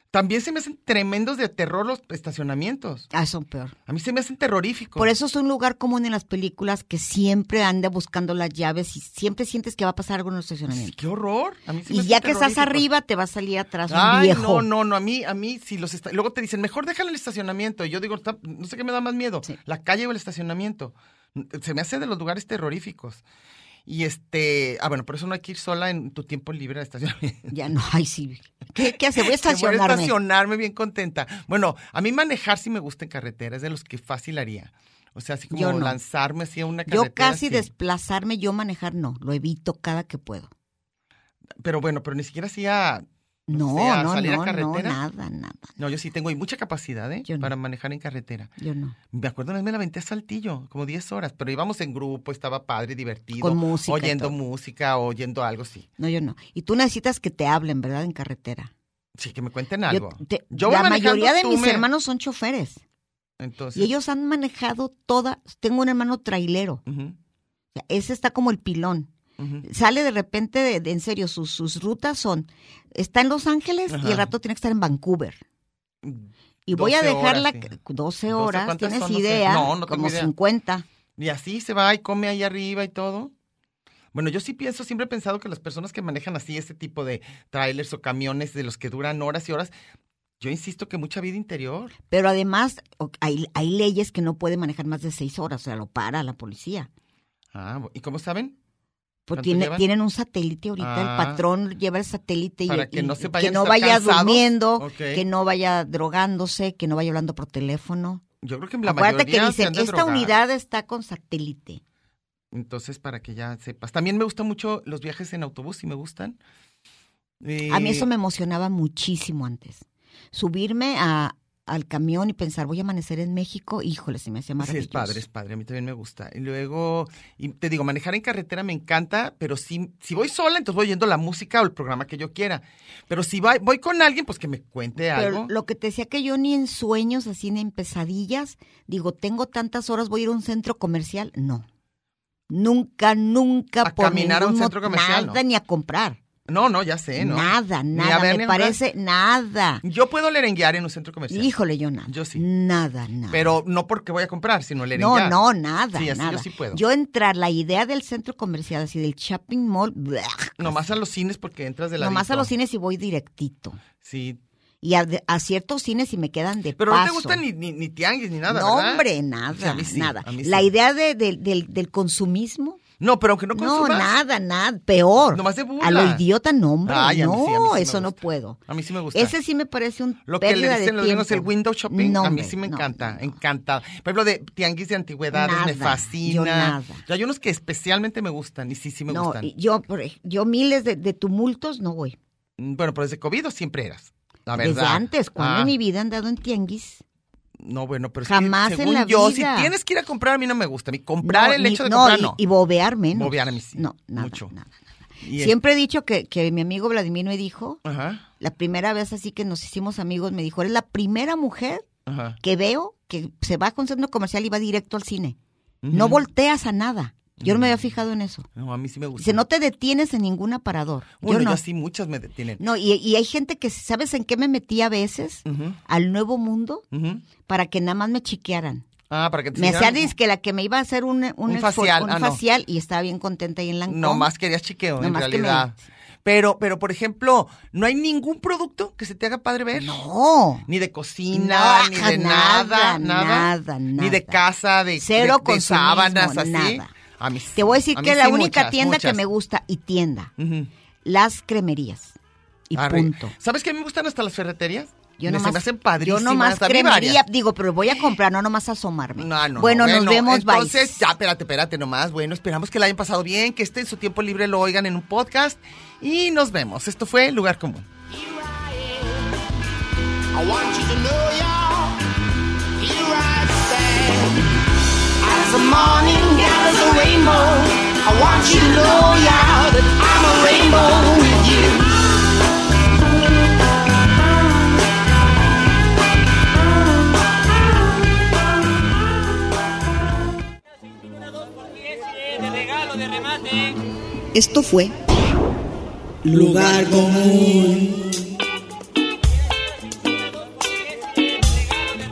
S2: También se me hacen tremendos de terror los estacionamientos.
S3: Ah, son peor.
S2: A mí se me hacen terroríficos.
S3: Por eso es un lugar común en las películas que siempre anda buscando las llaves y siempre sientes que va a pasar algo en el
S2: Sí,
S3: estacionamiento.
S2: ¡Qué horror! A mí se me
S3: Y
S2: hace
S3: ya que estás
S2: terrorífico.
S3: arriba, te va a salir atrás un
S2: Ay,
S3: viejo.
S2: no, no, no, a mí, a mí, si los esta- luego te dicen, mejor déjalo en el estacionamiento. Y yo digo, "Está- no sé qué me da más miedo,
S3: Sí.
S2: la calle o el estacionamiento. Se me hace de los lugares terroríficos. Y este, ah, bueno, por eso no hay que ir sola en tu tiempo libre al estacionamiento.
S3: Ya no, ay, sí. ¿Qué, qué hace? Voy a
S2: Que voy a
S3: estacionarme.
S2: estacionarme bien contenta. Bueno, a mí manejar sí me gusta en carretera, es de los que fácil haría. O sea, así como
S3: Yo no.
S2: lanzarme hacia una carretera.
S3: Yo casi
S2: sí.
S3: desplazarme, yo manejar, no. Lo evito cada que puedo.
S2: Pero bueno, pero ni siquiera hacía...
S3: No,
S2: sé, a
S3: no,
S2: salir a
S3: no, no,
S2: carretera.
S3: nada, nada.
S2: No, yo sí tengo y mucha capacidad, ¿eh?
S3: Yo no.
S2: Para manejar en carretera.
S3: Yo no.
S2: Me acuerdo una vez me la aventé a Saltillo, como 10 horas, pero íbamos en grupo, estaba padre, divertido.
S3: Con música y
S2: Oyendo
S3: todo.
S2: música, oyendo algo, sí.
S3: No, yo no. Y tú necesitas que te hablen, ¿verdad? En carretera.
S2: Sí, que me cuenten
S3: Yo
S2: algo.
S3: te-
S2: Yo voy
S3: la
S2: manejando,
S3: mayoría de
S2: tú
S3: mis
S2: me-
S3: hermanos son choferes.
S2: Entonces,
S3: Y ellos han manejado todas. Tengo un hermano trailero.
S2: ujú,
S3: O sea, ese está como el pilón.
S2: ujú.
S3: Sale de repente, de, de- en serio, sus, sus rutas son. Está en Los Ángeles y
S2: Ajá.
S3: el rato tiene que estar en Vancouver. Y
S2: 12
S3: voy a dejarla
S2: horas, sí.
S3: 12
S2: 12,
S3: horas.
S2: ¿cuántas
S3: ¿Tienes
S2: son? No sé.
S3: idea?
S2: No, no tengo
S3: como
S2: idea.
S3: 50.
S2: Y así se va y come ahí arriba y todo. Bueno, yo sí pienso, siempre he pensado que las personas que manejan así este tipo de trailers o camiones de los que duran horas y horas, yo insisto que mucha vida interior.
S3: Pero además, o- hay, hay leyes que no puede manejar más de 6 horas. O sea, lo para la policía.
S2: Ah, ¿y cómo saben?
S3: Porque
S2: ¿Cuánto
S3: tiene-
S2: llevan?
S3: tienen un satélite ahorita,
S2: Ah.
S3: el patrón lleva el satélite y,
S2: Para que
S3: y-
S2: no se
S3: y
S2: vayan a
S3: no
S2: estar
S3: vaya
S2: cansados.
S3: durmiendo,
S2: Ok.
S3: Oh, que no vaya drogándose, que no vaya hablando por teléfono.
S2: Yo creo que la
S3: Acuérdate
S2: mayoría
S3: que
S2: se
S3: dicen,
S2: han de
S3: esta
S2: drogar".
S3: unidad está con satélite.
S2: Entonces, para que ya sepas. También me gustan mucho los viajes en autobús, si me gustan. Eh,
S3: A mí eso me emocionaba muchísimo antes. Subirme a- al camión y pensar, voy a amanecer en México, híjole, se me hacía
S2: Sí, es
S3: maravilloso.
S2: padre, es padre, a mí también me gusta. Y luego, y te digo, manejar en carretera me encanta, pero si, si voy sola, entonces voy oyendo la música o el programa que yo quiera. Pero si va- voy con alguien, pues que me cuente
S3: Pero
S2: algo.
S3: lo que te decía que yo ni en sueños, así ni en pesadillas, digo, tengo tantas horas, voy a ir a un centro comercial. No. Nunca, nunca
S2: A
S3: por
S2: caminar a un
S3: ningún
S2: centro
S3: mo-
S2: comercial,
S3: Nada,
S2: no.
S3: ni a comprar.
S2: No, no, ya sé, ¿no?
S3: Nada,
S2: Ni a
S3: nada.
S2: ver, ni
S3: me
S2: a hablar.
S3: parece nada.
S2: Yo puedo lerenguear en un centro comercial.
S3: Híjole, yo nada.
S2: Yo sí.
S3: Nada, nada.
S2: Pero no porque voy a comprar, sino
S3: no,
S2: lerenguear.
S3: no, nada.
S2: Sí, así
S3: nada.
S2: yo sí puedo.
S3: Yo entrar, la idea del centro comercial, así del shopping mall, blah,
S2: Nomás a los cines porque entras de la
S3: nomás a los cines y voy directito.
S2: Sí.
S3: Y a, a ciertos cines y me quedan de
S2: Pero
S3: paso.
S2: no te gustan ni, ni, ni tianguis ni nada,
S3: no,
S2: ¿verdad?
S3: hombre, nada,
S2: O sea, a mí sí,
S3: nada.
S2: a mí
S3: La
S2: sí.
S3: idea de, del- del- del consumismo,
S2: No, pero aunque no
S3: no,
S2: consumas.
S3: nada, nada, peor.
S2: Nomás de burla.
S3: A lo idiota, no, hombre,
S2: Ay, a mí
S3: no,
S2: sí, a mí sí me
S3: eso no
S2: gusta.
S3: puedo.
S2: A mí sí me gusta.
S3: Ese sí me parece un
S2: Lo que le
S3: pérdida de
S2: dicen los gringos, el
S3: tiempo.
S2: window shopping,
S3: No,
S2: a mí
S3: hombre,
S2: sí me
S3: no,
S2: encanta,
S3: no.
S2: encanta. Por ejemplo, de tianguis de antigüedades me
S3: Nada,
S2: fascina.
S3: yo nada.
S2: Y hay unos que especialmente me gustan y sí, sí me
S3: No,
S2: gustan.
S3: y yo, por ej- yo miles de, de tumultos no voy.
S2: Mm, Bueno, pero desde COVID o siempre eras, la verdad.
S3: Desde antes, cuando
S2: Ah,
S3: en mi vida he andado en tianguis.
S2: No, bueno, pero es
S3: Jamás
S2: que,
S3: en
S2: según
S3: la
S2: yo,
S3: vida.
S2: si tienes que ir a comprar, a mí no me gusta. A mí comprar,
S3: No,
S2: el
S3: ni-
S2: hecho de
S3: no,
S2: comprar,
S3: y-
S2: no.
S3: Y bobear menos.
S2: Bobear a mí sí,
S3: No, nada,
S2: mucho.
S3: nada.
S2: Y el-
S3: Siempre he dicho que, que mi amigo Vladimir me dijo,
S2: Ajá,
S3: la primera vez así que nos hicimos amigos, me dijo, eres la primera mujer
S2: ajá.
S3: que veo que se va a un centro comercial y va directo al cine. No
S2: Ujú.
S3: volteas a nada. Yo no me había fijado en eso.
S2: No, a mí sí me gusta.
S3: Dice, no te detienes en ningún aparador.
S2: Bueno,
S3: yo no.
S2: yo sí, muchas me detienen.
S3: No, y, y hay gente que, ¿sabes en qué me metí a veces?
S2: Ujú,
S3: Al nuevo mundo
S2: ujú.
S3: para que nada más me chiquearan.
S2: Ah, para que te
S3: me
S2: sigan-
S3: hacía que la que me iba a hacer un, un,
S2: Un
S3: esfor-
S2: facial,
S3: un
S2: ah, no.
S3: facial y estaba bien contenta ahí en Lancome.
S2: No más querías chiqueo, en
S3: Nomás que me-
S2: realidad. Pero, pero, por ejemplo, no hay ningún producto que se te haga padre ver.
S3: No.
S2: Ni de cocina,
S3: No,
S2: ni de
S3: nada,
S2: nada, nada.
S3: nada,
S2: Ni de
S3: nada.
S2: casa, de,
S3: Cero
S2: de, de
S3: consumismo,
S2: sábanas, así.
S3: nada.
S2: A mí
S3: Te voy a decir
S2: a mí
S3: que
S2: sí,
S3: la única
S2: muchas,
S3: tienda que
S2: muchas.
S3: me gusta y tienda,
S2: Ujú.
S3: las cremerías. Y
S2: Arre.
S3: punto.
S2: ¿Sabes qué me gustan hasta las ferreterías?
S3: Yo
S2: me,
S3: nomás,
S2: se me hacen padrísimas.
S3: Yo nomás
S2: a mí
S3: cremería,
S2: varias.
S3: digo, pero voy a comprar, no nomás asomarme.
S2: No, no,
S3: bueno,
S2: no,
S3: nos vemos, bye.
S2: Entonces, ya, espérate, espérate nomás. Bueno, esperamos que la hayan pasado bien, que este en su tiempo libre lo oigan en un podcast. Y nos vemos. Esto fue Lugar Común.
S7: I want you to know, y'all, here I stand. As the morning gathers a rainbow, I want you to know, y'all, that I'm a rainbow with you.
S4: Esto fue Lugar Común.